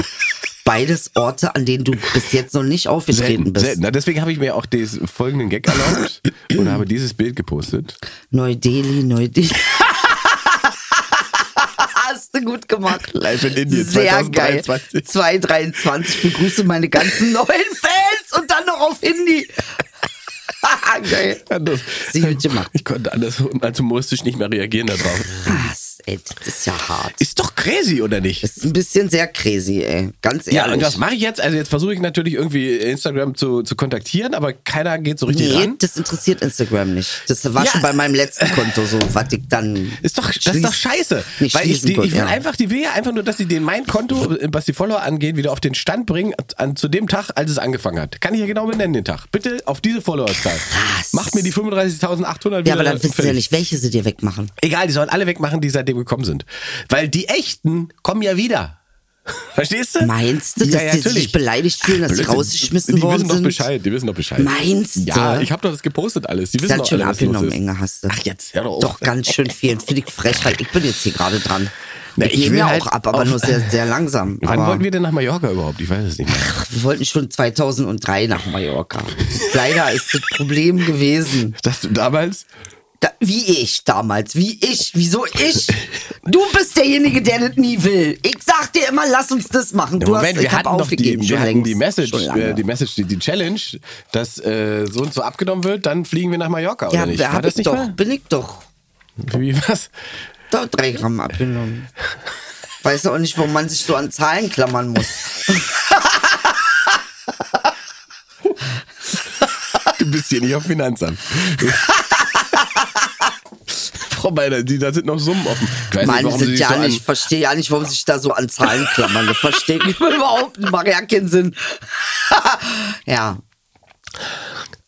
[SPEAKER 4] Beides Orte, an denen du bis jetzt noch nicht aufgetreten
[SPEAKER 5] Selten,
[SPEAKER 4] bist.
[SPEAKER 5] selten. Na, deswegen habe ich mir auch des folgenden Gag erlaubt und habe dieses Bild gepostet.
[SPEAKER 4] Neu-Delhi, Neu-Delhi. Hast du gut gemacht.
[SPEAKER 5] Live in Indien,
[SPEAKER 4] Sehr
[SPEAKER 5] 2023.
[SPEAKER 4] geil. 2023. Ich begrüße meine ganzen neuen Fans und dann noch auf Hindi. Geil.
[SPEAKER 5] anders.
[SPEAKER 4] Sie gut gemacht.
[SPEAKER 5] Ich konnte anders als humoristisch nicht mehr reagieren darauf.
[SPEAKER 4] Krass, ey, das ist ja hart.
[SPEAKER 5] Ist doch crazy, oder nicht?
[SPEAKER 4] Das ist ein bisschen sehr crazy, ey. Ganz
[SPEAKER 5] Ja, und
[SPEAKER 4] ehrlich.
[SPEAKER 5] was mache ich jetzt? Also jetzt versuche ich natürlich irgendwie Instagram zu, zu kontaktieren, aber keiner geht so richtig
[SPEAKER 4] Nee,
[SPEAKER 5] ran.
[SPEAKER 4] das interessiert Instagram nicht. Das war
[SPEAKER 5] ne? Ja.
[SPEAKER 4] schon bei meinem letzten Konto so, was ich dann.
[SPEAKER 5] Ist doch, das ist doch
[SPEAKER 4] schließ-
[SPEAKER 5] scheiße.
[SPEAKER 4] Nicht
[SPEAKER 5] Weil ich,
[SPEAKER 4] schließen
[SPEAKER 5] die, ich
[SPEAKER 4] konnte,
[SPEAKER 5] will
[SPEAKER 4] ja.
[SPEAKER 5] einfach, die will ja einfach nur, dass sie den mein Konto, was die Follower angeht, wieder auf den Stand bringen, an, zu dem Tag, als es angefangen hat. Kann ich ja genau benennen, den Tag. Bitte auf diese Followerzahl. Macht mir die 35.800 wieder.
[SPEAKER 4] Ja, aber dann wissen sie ja
[SPEAKER 5] fertig.
[SPEAKER 4] nicht, welche sie dir wegmachen.
[SPEAKER 5] Egal, die sollen alle wegmachen, die seitdem gekommen sind. Weil die echten kommen ja wieder. Verstehst du?
[SPEAKER 4] Meinst du, dass die sich
[SPEAKER 5] natürlich.
[SPEAKER 4] beleidigt fühlen, dass sie
[SPEAKER 5] Blödsinn.
[SPEAKER 4] rausgeschmissen
[SPEAKER 5] die
[SPEAKER 4] worden
[SPEAKER 5] wissen Doch
[SPEAKER 4] sind?
[SPEAKER 5] Bescheid, die wissen doch Bescheid.
[SPEAKER 4] Meinst
[SPEAKER 5] Ja,
[SPEAKER 4] du?
[SPEAKER 5] ich habe doch das gepostet alles. Die
[SPEAKER 4] Das
[SPEAKER 5] wissen
[SPEAKER 4] hat
[SPEAKER 5] doch
[SPEAKER 4] schon
[SPEAKER 5] alle, was los
[SPEAKER 4] abgenommen,
[SPEAKER 5] ist.
[SPEAKER 4] Inge, hast du.
[SPEAKER 5] Ach, jetzt, hör doch auf.
[SPEAKER 4] Doch, ganz schön viel. Finde ich Frechheit. Ich bin jetzt hier gerade dran.
[SPEAKER 5] Na,
[SPEAKER 4] ich
[SPEAKER 5] ich
[SPEAKER 4] nehme
[SPEAKER 5] will
[SPEAKER 4] ja
[SPEAKER 5] halt
[SPEAKER 4] auch ab, aber
[SPEAKER 5] auf-
[SPEAKER 4] nur sehr, sehr langsam.
[SPEAKER 5] Wann
[SPEAKER 4] aber
[SPEAKER 5] wollten wir denn nach Mallorca überhaupt? Ich weiß es nicht mehr.
[SPEAKER 4] wir wollten schon 2003 nach Mallorca. Leider ist das Problem gewesen.
[SPEAKER 5] Dass du damals.
[SPEAKER 4] Da, wie ich damals, wie ich, wieso ich? Du bist derjenige, der das nie will. Ich sag dir immer, lass uns das machen. Du
[SPEAKER 5] Moment,
[SPEAKER 4] hast,
[SPEAKER 5] wir
[SPEAKER 4] ich hab
[SPEAKER 5] hatten doch die,
[SPEAKER 4] aufgegeben,
[SPEAKER 5] wir
[SPEAKER 4] schon
[SPEAKER 5] hatten
[SPEAKER 4] längst,
[SPEAKER 5] die Message,
[SPEAKER 4] schon lange.
[SPEAKER 5] äh, die Message, die, die Challenge, dass äh, so und so abgenommen wird, dann fliegen wir nach Mallorca,
[SPEAKER 4] ja,
[SPEAKER 5] oder nicht?
[SPEAKER 4] da
[SPEAKER 5] War
[SPEAKER 4] hab
[SPEAKER 5] das
[SPEAKER 4] ich
[SPEAKER 5] nicht
[SPEAKER 4] doch,
[SPEAKER 5] mal?
[SPEAKER 4] bin ich doch.
[SPEAKER 5] Wie was?
[SPEAKER 4] Da drei Gramm abgenommen. Weiß auch nicht, warum man sich so an Zahlen klammern muss.
[SPEAKER 5] Du bist hier nicht auf Finanzamt. Frau Beider, die, da sind noch Summen offen. Ich weiß
[SPEAKER 4] Mann,
[SPEAKER 5] warum sie
[SPEAKER 4] sind
[SPEAKER 5] sich
[SPEAKER 4] ja
[SPEAKER 5] so an-
[SPEAKER 4] nicht, verstehe ja nicht, warum sich da so an Zahlen klammern. Das verstehe ich überhaupt nicht. Macht ja keinen Sinn. ja,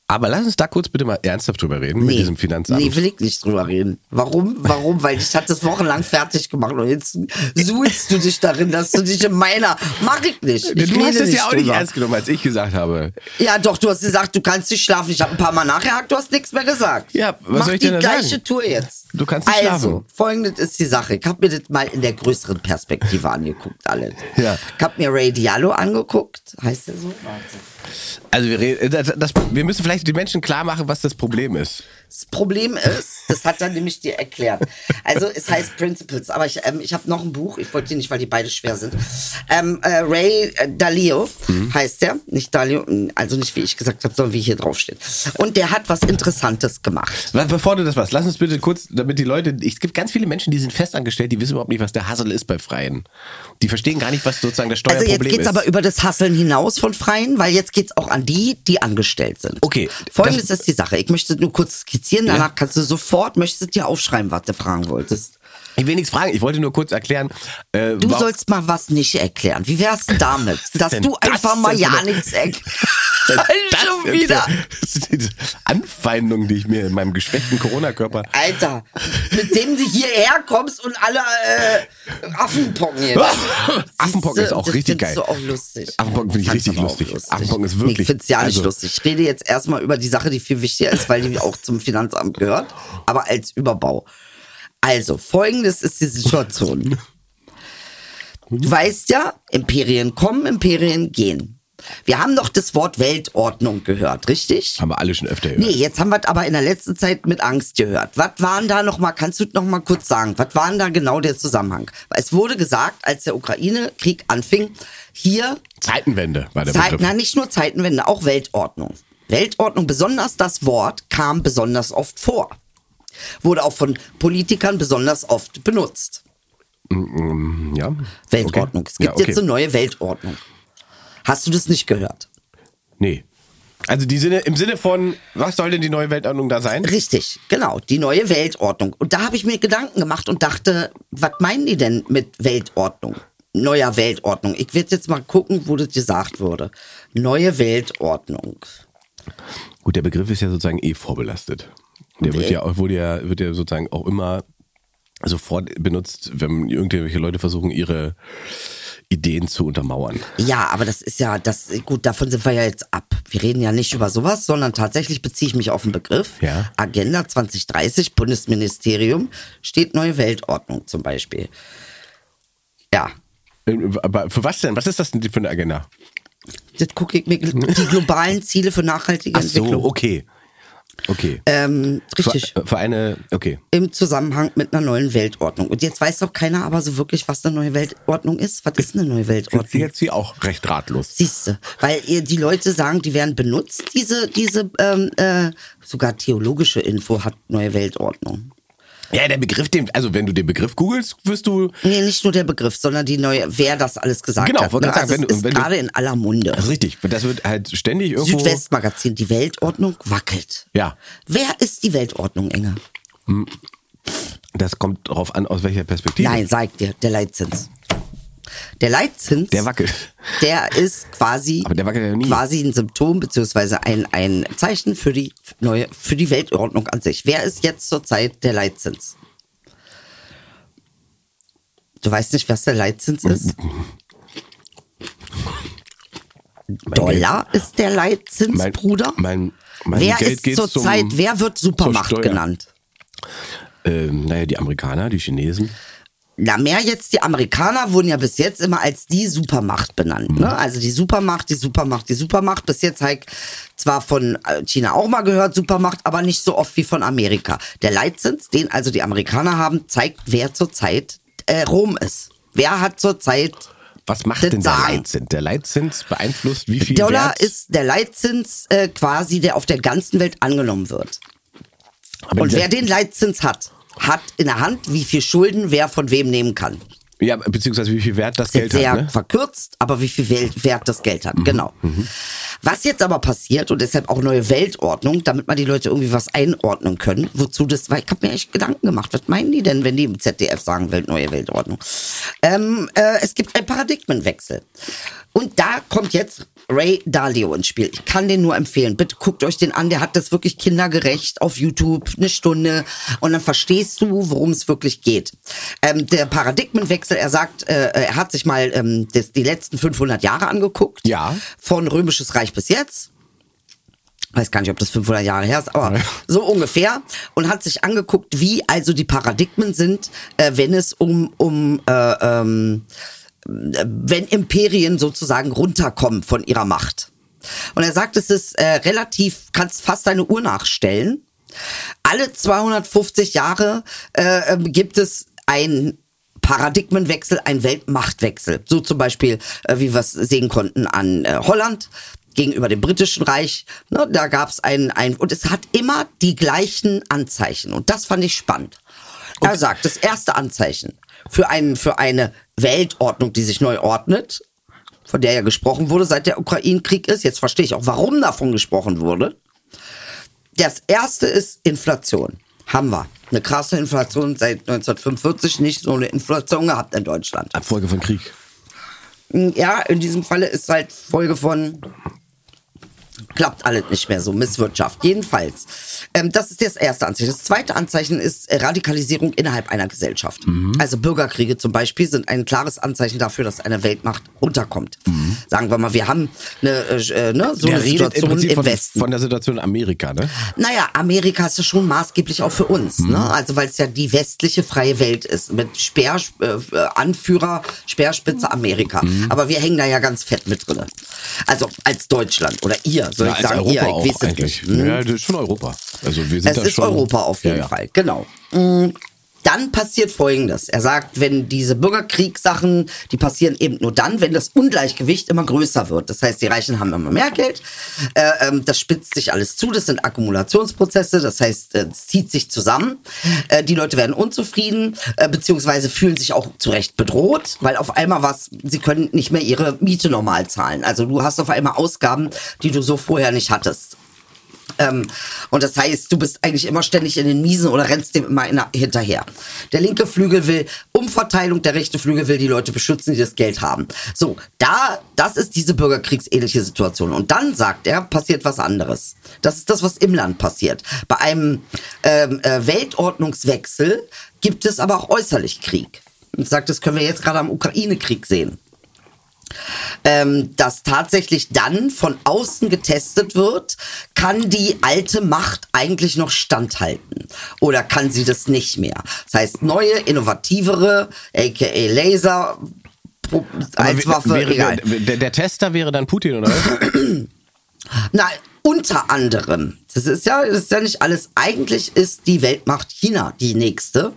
[SPEAKER 5] Aber lass uns da kurz bitte mal ernsthaft drüber reden mit diesem Finanzamt.
[SPEAKER 4] Nee, will ich nicht drüber reden. Warum? Warum? Weil ich hatte das wochenlang fertig gemacht und jetzt suhlst du dich darin, dass du dich in meiner. Mach ich nicht.
[SPEAKER 5] Ja,
[SPEAKER 4] Ich
[SPEAKER 5] du hast
[SPEAKER 4] rede
[SPEAKER 5] es ja auch nicht
[SPEAKER 4] drüber.
[SPEAKER 5] ernst genommen, als ich gesagt habe.
[SPEAKER 4] Ja, doch, du hast gesagt, du kannst nicht schlafen. Ich habe ein paar Mal nachgehakt, du hast nichts mehr gesagt.
[SPEAKER 5] Ja, was
[SPEAKER 4] Mach
[SPEAKER 5] soll ich
[SPEAKER 4] die
[SPEAKER 5] denn da
[SPEAKER 4] gleiche
[SPEAKER 5] sagen?
[SPEAKER 4] Tour jetzt.
[SPEAKER 5] Du kannst nicht
[SPEAKER 4] also,
[SPEAKER 5] schlafen.
[SPEAKER 4] folgendes ist die Sache. Ich habe mir das mal in der größeren Perspektive angeguckt, alle.
[SPEAKER 5] Ja.
[SPEAKER 4] Ich habe mir Ray Diallo angeguckt. Heißt der so? Warte.
[SPEAKER 5] Also wir, reden, das, das, wir müssen vielleicht den Menschen klar machen, was das Problem ist.
[SPEAKER 4] Das Problem ist, das hat er nämlich dir erklärt. Also es heißt Principles, aber ich, ähm, ich habe noch ein Buch, ich wollte die nicht, weil die beide schwer sind. Ähm, äh, Ray äh, Dalio
[SPEAKER 5] Mhm.
[SPEAKER 4] heißt der, nicht Dalio, also nicht wie ich gesagt habe, sondern wie hier drauf steht. Und der hat was Interessantes gemacht.
[SPEAKER 5] Was- Bevor du das machst, lass uns bitte kurz, damit die Leute, es gibt ganz viele Menschen, die sind festangestellt, die wissen überhaupt nicht, was der Hassel ist bei Freien. Die verstehen gar nicht, was sozusagen das
[SPEAKER 4] Also
[SPEAKER 5] Steuerproblem
[SPEAKER 4] jetzt geht's
[SPEAKER 5] ist.
[SPEAKER 4] aber über das Hasseln hinaus von Freien, weil jetzt geht's auch an die, die angestellt sind.
[SPEAKER 5] Okay,
[SPEAKER 4] Folgendes
[SPEAKER 5] das-
[SPEAKER 4] ist die Sache. Ich möchte nur kurz skizzieren, danach kannst du sofort, möchtest dir aufschreiben, was du fragen wolltest.
[SPEAKER 5] ich will nichts fragen, ich wollte nur kurz erklären. Äh,
[SPEAKER 4] Du
[SPEAKER 5] warum-
[SPEAKER 4] sollst mal was nicht erklären. Wie wär's denn damit,
[SPEAKER 5] ist
[SPEAKER 4] dass
[SPEAKER 5] denn
[SPEAKER 4] du
[SPEAKER 5] das
[SPEAKER 4] einfach
[SPEAKER 5] denn
[SPEAKER 4] mal
[SPEAKER 5] für
[SPEAKER 4] ja
[SPEAKER 5] eine-
[SPEAKER 4] nichts erklärst?
[SPEAKER 5] Das
[SPEAKER 4] Schon
[SPEAKER 5] ist-
[SPEAKER 4] wieder.
[SPEAKER 5] Das ist diese Anfeindung, die ich mir in meinem geschwächten Corona-Körper.
[SPEAKER 4] Alter, mit dem du hierher kommst und alle äh, Affenpocken hier.
[SPEAKER 5] Affenpocken ist auch
[SPEAKER 4] das
[SPEAKER 5] richtig
[SPEAKER 4] findest
[SPEAKER 5] geil.
[SPEAKER 4] du auch lustig.
[SPEAKER 5] Affenpocken finde ich
[SPEAKER 4] Fand's
[SPEAKER 5] richtig
[SPEAKER 4] aber auch
[SPEAKER 5] lustig. Affenpocken ist wirklich-
[SPEAKER 4] Nee, ich finde es ja nicht
[SPEAKER 5] also-
[SPEAKER 4] lustig. Ich rede jetzt erstmal über die Sache, die viel wichtiger ist, weil die auch zum Finanzamt gehört, aber als Überbau. Also, folgendes ist die Situation. Du weißt ja, Imperien kommen, Imperien gehen. Wir haben doch das Wort Weltordnung gehört, richtig?
[SPEAKER 5] Haben wir alle schon öfter gehört.
[SPEAKER 4] Nee, jetzt haben wir es aber in der letzten Zeit mit Angst gehört. Was waren da nochmal, kannst du noch mal kurz sagen, was waren da genau der Zusammenhang? Weil es wurde gesagt, als der Ukraine-Krieg anfing, hier
[SPEAKER 5] Zeitenwende war der
[SPEAKER 4] Zeit,
[SPEAKER 5] Begriff.
[SPEAKER 4] na, nicht nur Zeitenwende, auch Weltordnung. Weltordnung, besonders das Wort, kam besonders oft vor. Wurde auch von Politikern besonders oft benutzt.
[SPEAKER 5] Mm, Ja.
[SPEAKER 4] Weltordnung.
[SPEAKER 5] Okay.
[SPEAKER 4] Es gibt
[SPEAKER 5] ja, okay.
[SPEAKER 4] jetzt eine neue Weltordnung. Hast du das nicht gehört?
[SPEAKER 5] Nee. Also die Sinne, im Sinne von, was soll denn die neue Weltordnung da sein?
[SPEAKER 4] Richtig, genau, die neue Weltordnung. Und da habe ich mir Gedanken gemacht und dachte, was meinen die denn mit Weltordnung? Neuer Weltordnung. Ich werde jetzt mal gucken, wo das gesagt wurde. Neue Weltordnung.
[SPEAKER 5] Gut, der Begriff ist ja sozusagen eh vorbelastet. Der wird ja, auch- wurde ja, wird ja sozusagen auch immer sofort benutzt, wenn irgendwelche Leute versuchen, ihre Ideen zu untermauern.
[SPEAKER 4] Ja, aber das ist ja, das, gut, davon sind wir ja jetzt ab. Wir reden ja nicht über sowas, sondern tatsächlich beziehe ich mich auf den Begriff.
[SPEAKER 5] Ja.
[SPEAKER 4] Agenda 2030, Bundesministerium, steht neue Weltordnung zum Beispiel. Ja,
[SPEAKER 5] Ähm, Aber für was denn? Was ist das denn für eine Agenda?
[SPEAKER 4] das gucke ich mir, die globalen Ziele für nachhaltige
[SPEAKER 5] Ach so,
[SPEAKER 4] Entwicklung.
[SPEAKER 5] okay. Okay.
[SPEAKER 4] Ähm, richtig.
[SPEAKER 5] Für, für eine, okay.
[SPEAKER 4] Im Zusammenhang mit einer neuen Weltordnung. Und jetzt weiß doch keiner aber so wirklich, was eine neue Weltordnung ist. Was ist eine neue
[SPEAKER 5] Sind Sie
[SPEAKER 4] Weltordnung?
[SPEAKER 5] jetzt hier auch recht ratlos?
[SPEAKER 4] Siehste, weil ihr die Leute sagen, die werden benutzt, diese, diese, ähm, äh, sogar theologische Info hat neue Weltordnung.
[SPEAKER 5] Ja, der Begriff, den, also wenn du den Begriff googelst, wirst du.
[SPEAKER 4] Nee, nicht nur der Begriff, sondern die neue, wer das alles gesagt
[SPEAKER 5] Genau,
[SPEAKER 4] hat.
[SPEAKER 5] wollte
[SPEAKER 4] ne?
[SPEAKER 5] gerade sagen, wenn
[SPEAKER 4] also es
[SPEAKER 5] du-
[SPEAKER 4] ist
[SPEAKER 5] wenn du-
[SPEAKER 4] gerade in aller Munde.
[SPEAKER 5] Das ist richtig. Das wird halt ständig irgendwo.
[SPEAKER 4] Südwestmagazin, die Weltordnung wackelt.
[SPEAKER 5] Ja.
[SPEAKER 4] Wer ist die Weltordnung, Inge?
[SPEAKER 5] Das kommt drauf an, aus welcher Perspektive.
[SPEAKER 4] Nein, sag dir, der Leitzins. Der Leitzins,
[SPEAKER 5] Der wackelt.
[SPEAKER 4] der ist quasi,
[SPEAKER 5] Aber der wackelt ja nie.
[SPEAKER 4] quasi ein Symptom beziehungsweise ein, ein Zeichen für die neue, für die Weltordnung an sich. Wer ist jetzt zurzeit der Leitzins? Du weißt nicht, was der Leitzins ist? Dollar ist der Leitzins,
[SPEAKER 5] Mein-
[SPEAKER 4] Bruder?
[SPEAKER 5] mein- mein
[SPEAKER 4] wer
[SPEAKER 5] Geld
[SPEAKER 4] ist
[SPEAKER 5] geht
[SPEAKER 4] zurzeit,
[SPEAKER 5] zum-
[SPEAKER 4] wer wird
[SPEAKER 5] zur
[SPEAKER 4] Supermacht
[SPEAKER 5] Steuer.
[SPEAKER 4] genannt?
[SPEAKER 5] Ähm, naja, die Amerikaner, die Chinesen.
[SPEAKER 4] Na, mehr jetzt, die Amerikaner wurden ja bis jetzt immer als die Supermacht benannt.
[SPEAKER 5] Mhm.
[SPEAKER 4] Ne? Also die Supermacht, die Supermacht, die Supermacht. Bis jetzt halt zwar von äh, China auch mal gehört, Supermacht, aber nicht so oft wie von Amerika. Der Leitzins, den also die Amerikaner haben, zeigt, wer zurzeit äh, Rom ist. Wer hat zurzeit
[SPEAKER 5] Was macht
[SPEAKER 4] Das
[SPEAKER 5] denn der
[SPEAKER 4] sagen.
[SPEAKER 5] Leitzins? Der Leitzins beeinflusst, wie viel
[SPEAKER 4] Dollar
[SPEAKER 5] Wert,
[SPEAKER 4] ist der Leitzins äh, quasi, der auf der ganzen Welt angenommen wird.
[SPEAKER 5] Aber
[SPEAKER 4] Und
[SPEAKER 5] dieser-
[SPEAKER 4] wer den Leitzins hat, hat in der Hand, wie viel Schulden wer von wem nehmen kann.
[SPEAKER 5] Ja, beziehungsweise wie viel Wert das Geld
[SPEAKER 4] sehr
[SPEAKER 5] hat. Ne? Mhm.
[SPEAKER 4] verkürzt, aber wie viel Welt, Wert das Geld hat, genau. Was jetzt aber passiert und deshalb auch neue Weltordnung, damit man die Leute irgendwie was einordnen können, wozu das, weil ich habe mir echt Gedanken gemacht, was meinen die denn, wenn die im ZDF sagen, Welt, neue Weltordnung? Ähm, äh, es gibt einen Paradigmenwechsel. Und da kommt jetzt Ray Dalio ins Spiel. Ich kann den nur empfehlen. Bitte guckt euch den an. Der hat das wirklich kindergerecht auf YouTube eine Stunde und dann verstehst du, worum es wirklich geht. Ähm, der Paradigmenwechsel, er sagt, äh, er hat sich mal ähm, das, die letzten 500 Jahre angeguckt.
[SPEAKER 5] Ja.
[SPEAKER 4] Von Römisches Reich bis jetzt. Weiß gar nicht, ob das 500 Jahre her ist, aber so ungefähr. Und hat sich angeguckt, wie also die Paradigmen sind, äh, wenn es um, um äh, ähm, wenn Imperien sozusagen runterkommen von ihrer Macht. Und er sagt, es ist äh, relativ, kannst fast deine Uhr nachstellen. Alle 250 Jahre äh, ähm, gibt es ein Paradigmenwechsel, ein Weltmachtwechsel. So zum Beispiel, äh, wie wir es sehen konnten an äh, Holland gegenüber dem britischen Reich. Ne, da gab es einen, einen, und es hat immer die gleichen Anzeichen. Und das fand ich spannend. Er sagt, das erste Anzeichen für, einen, für eine Weltordnung, die sich neu ordnet, von der ja gesprochen wurde, seit der Ukraine-Krieg ist, jetzt verstehe ich auch, warum davon gesprochen wurde. Das erste ist Inflation. Haben wir. Eine krasse Inflation seit 1945, nicht so eine Inflation gehabt in Deutschland.
[SPEAKER 5] Abfolge von Krieg.
[SPEAKER 4] Hm, Ja, in diesem Falle ist halt Folge von klappt alles nicht mehr so, Misswirtschaft, jedenfalls. Ähm, das ist das erste Anzeichen. Das zweite Anzeichen ist äh, Radikalisierung innerhalb einer Gesellschaft.
[SPEAKER 5] Mhm.
[SPEAKER 4] Also Bürgerkriege zum Beispiel sind ein klares Anzeichen dafür, dass eine Weltmacht runterkommt.
[SPEAKER 5] Mhm.
[SPEAKER 4] Sagen wir mal, wir haben eine, äh, ne, so eine Situation im,
[SPEAKER 5] von,
[SPEAKER 4] Westen.
[SPEAKER 5] von der Situation in Amerika, ne?
[SPEAKER 4] Naja, Amerika ist ja schon maßgeblich auch für uns, ne? Also weil es ja die westliche freie Welt ist mit Speer, äh, äh, Anführer Speerspitze Amerika. Aber wir hängen da ja ganz fett mit drin. Also als Deutschland oder ihr, soll
[SPEAKER 5] Ja,
[SPEAKER 4] ich sagen, ihr, ich weiß es
[SPEAKER 5] eigentlich.
[SPEAKER 4] nicht. Hm?
[SPEAKER 5] Ja, das ist schon Europa. Also wir sind
[SPEAKER 4] Es
[SPEAKER 5] da
[SPEAKER 4] ist
[SPEAKER 5] schon,
[SPEAKER 4] Europa auf jeden
[SPEAKER 5] ja, ja.
[SPEAKER 4] Fall, genau. Mm, Dann passiert Folgendes. Er sagt, wenn diese Bürgerkriegssachen, die passieren eben nur dann, wenn das Ungleichgewicht immer größer wird. Das heißt, die Reichen haben immer mehr Geld. Äh, ähm, das spitzt sich alles zu. Das sind Akkumulationsprozesse. Das heißt, äh, es zieht sich zusammen. Äh, die Leute werden unzufrieden, äh, beziehungsweise fühlen sich auch zu Recht bedroht, weil auf einmal was, sie können nicht mehr ihre Miete normal zahlen. Also du hast auf einmal Ausgaben, die du so vorher nicht hattest. Ähm, und das heißt, du bist eigentlich immer ständig in den Miesen oder rennst dem immer in- hinterher. Der linke Flügel will Umverteilung, der rechte Flügel will die Leute beschützen, die das Geld haben. So, da, das ist diese bürgerkriegsähnliche Situation. Und dann sagt er, passiert was anderes. Das ist das, was im Land passiert. Bei einem ähm, äh, Weltordnungswechsel gibt es aber auch äußerlich Krieg. Und sagt, das können wir jetzt gerade am Ukraine-Krieg sehen ähm, dass tatsächlich dann von außen getestet wird, kann die alte Macht eigentlich noch standhalten oder kann sie das nicht mehr? Das heißt, neue, innovativere, aka Laser Pro-
[SPEAKER 5] Aber
[SPEAKER 4] als
[SPEAKER 5] wär-
[SPEAKER 4] Waffe,
[SPEAKER 5] wäre,
[SPEAKER 4] egal.
[SPEAKER 5] Der, der Tester wäre dann Putin, oder was?
[SPEAKER 4] Nein, Unter anderem, das ist ja, das ist ja nicht alles. Eigentlich ist die Weltmacht China die nächste,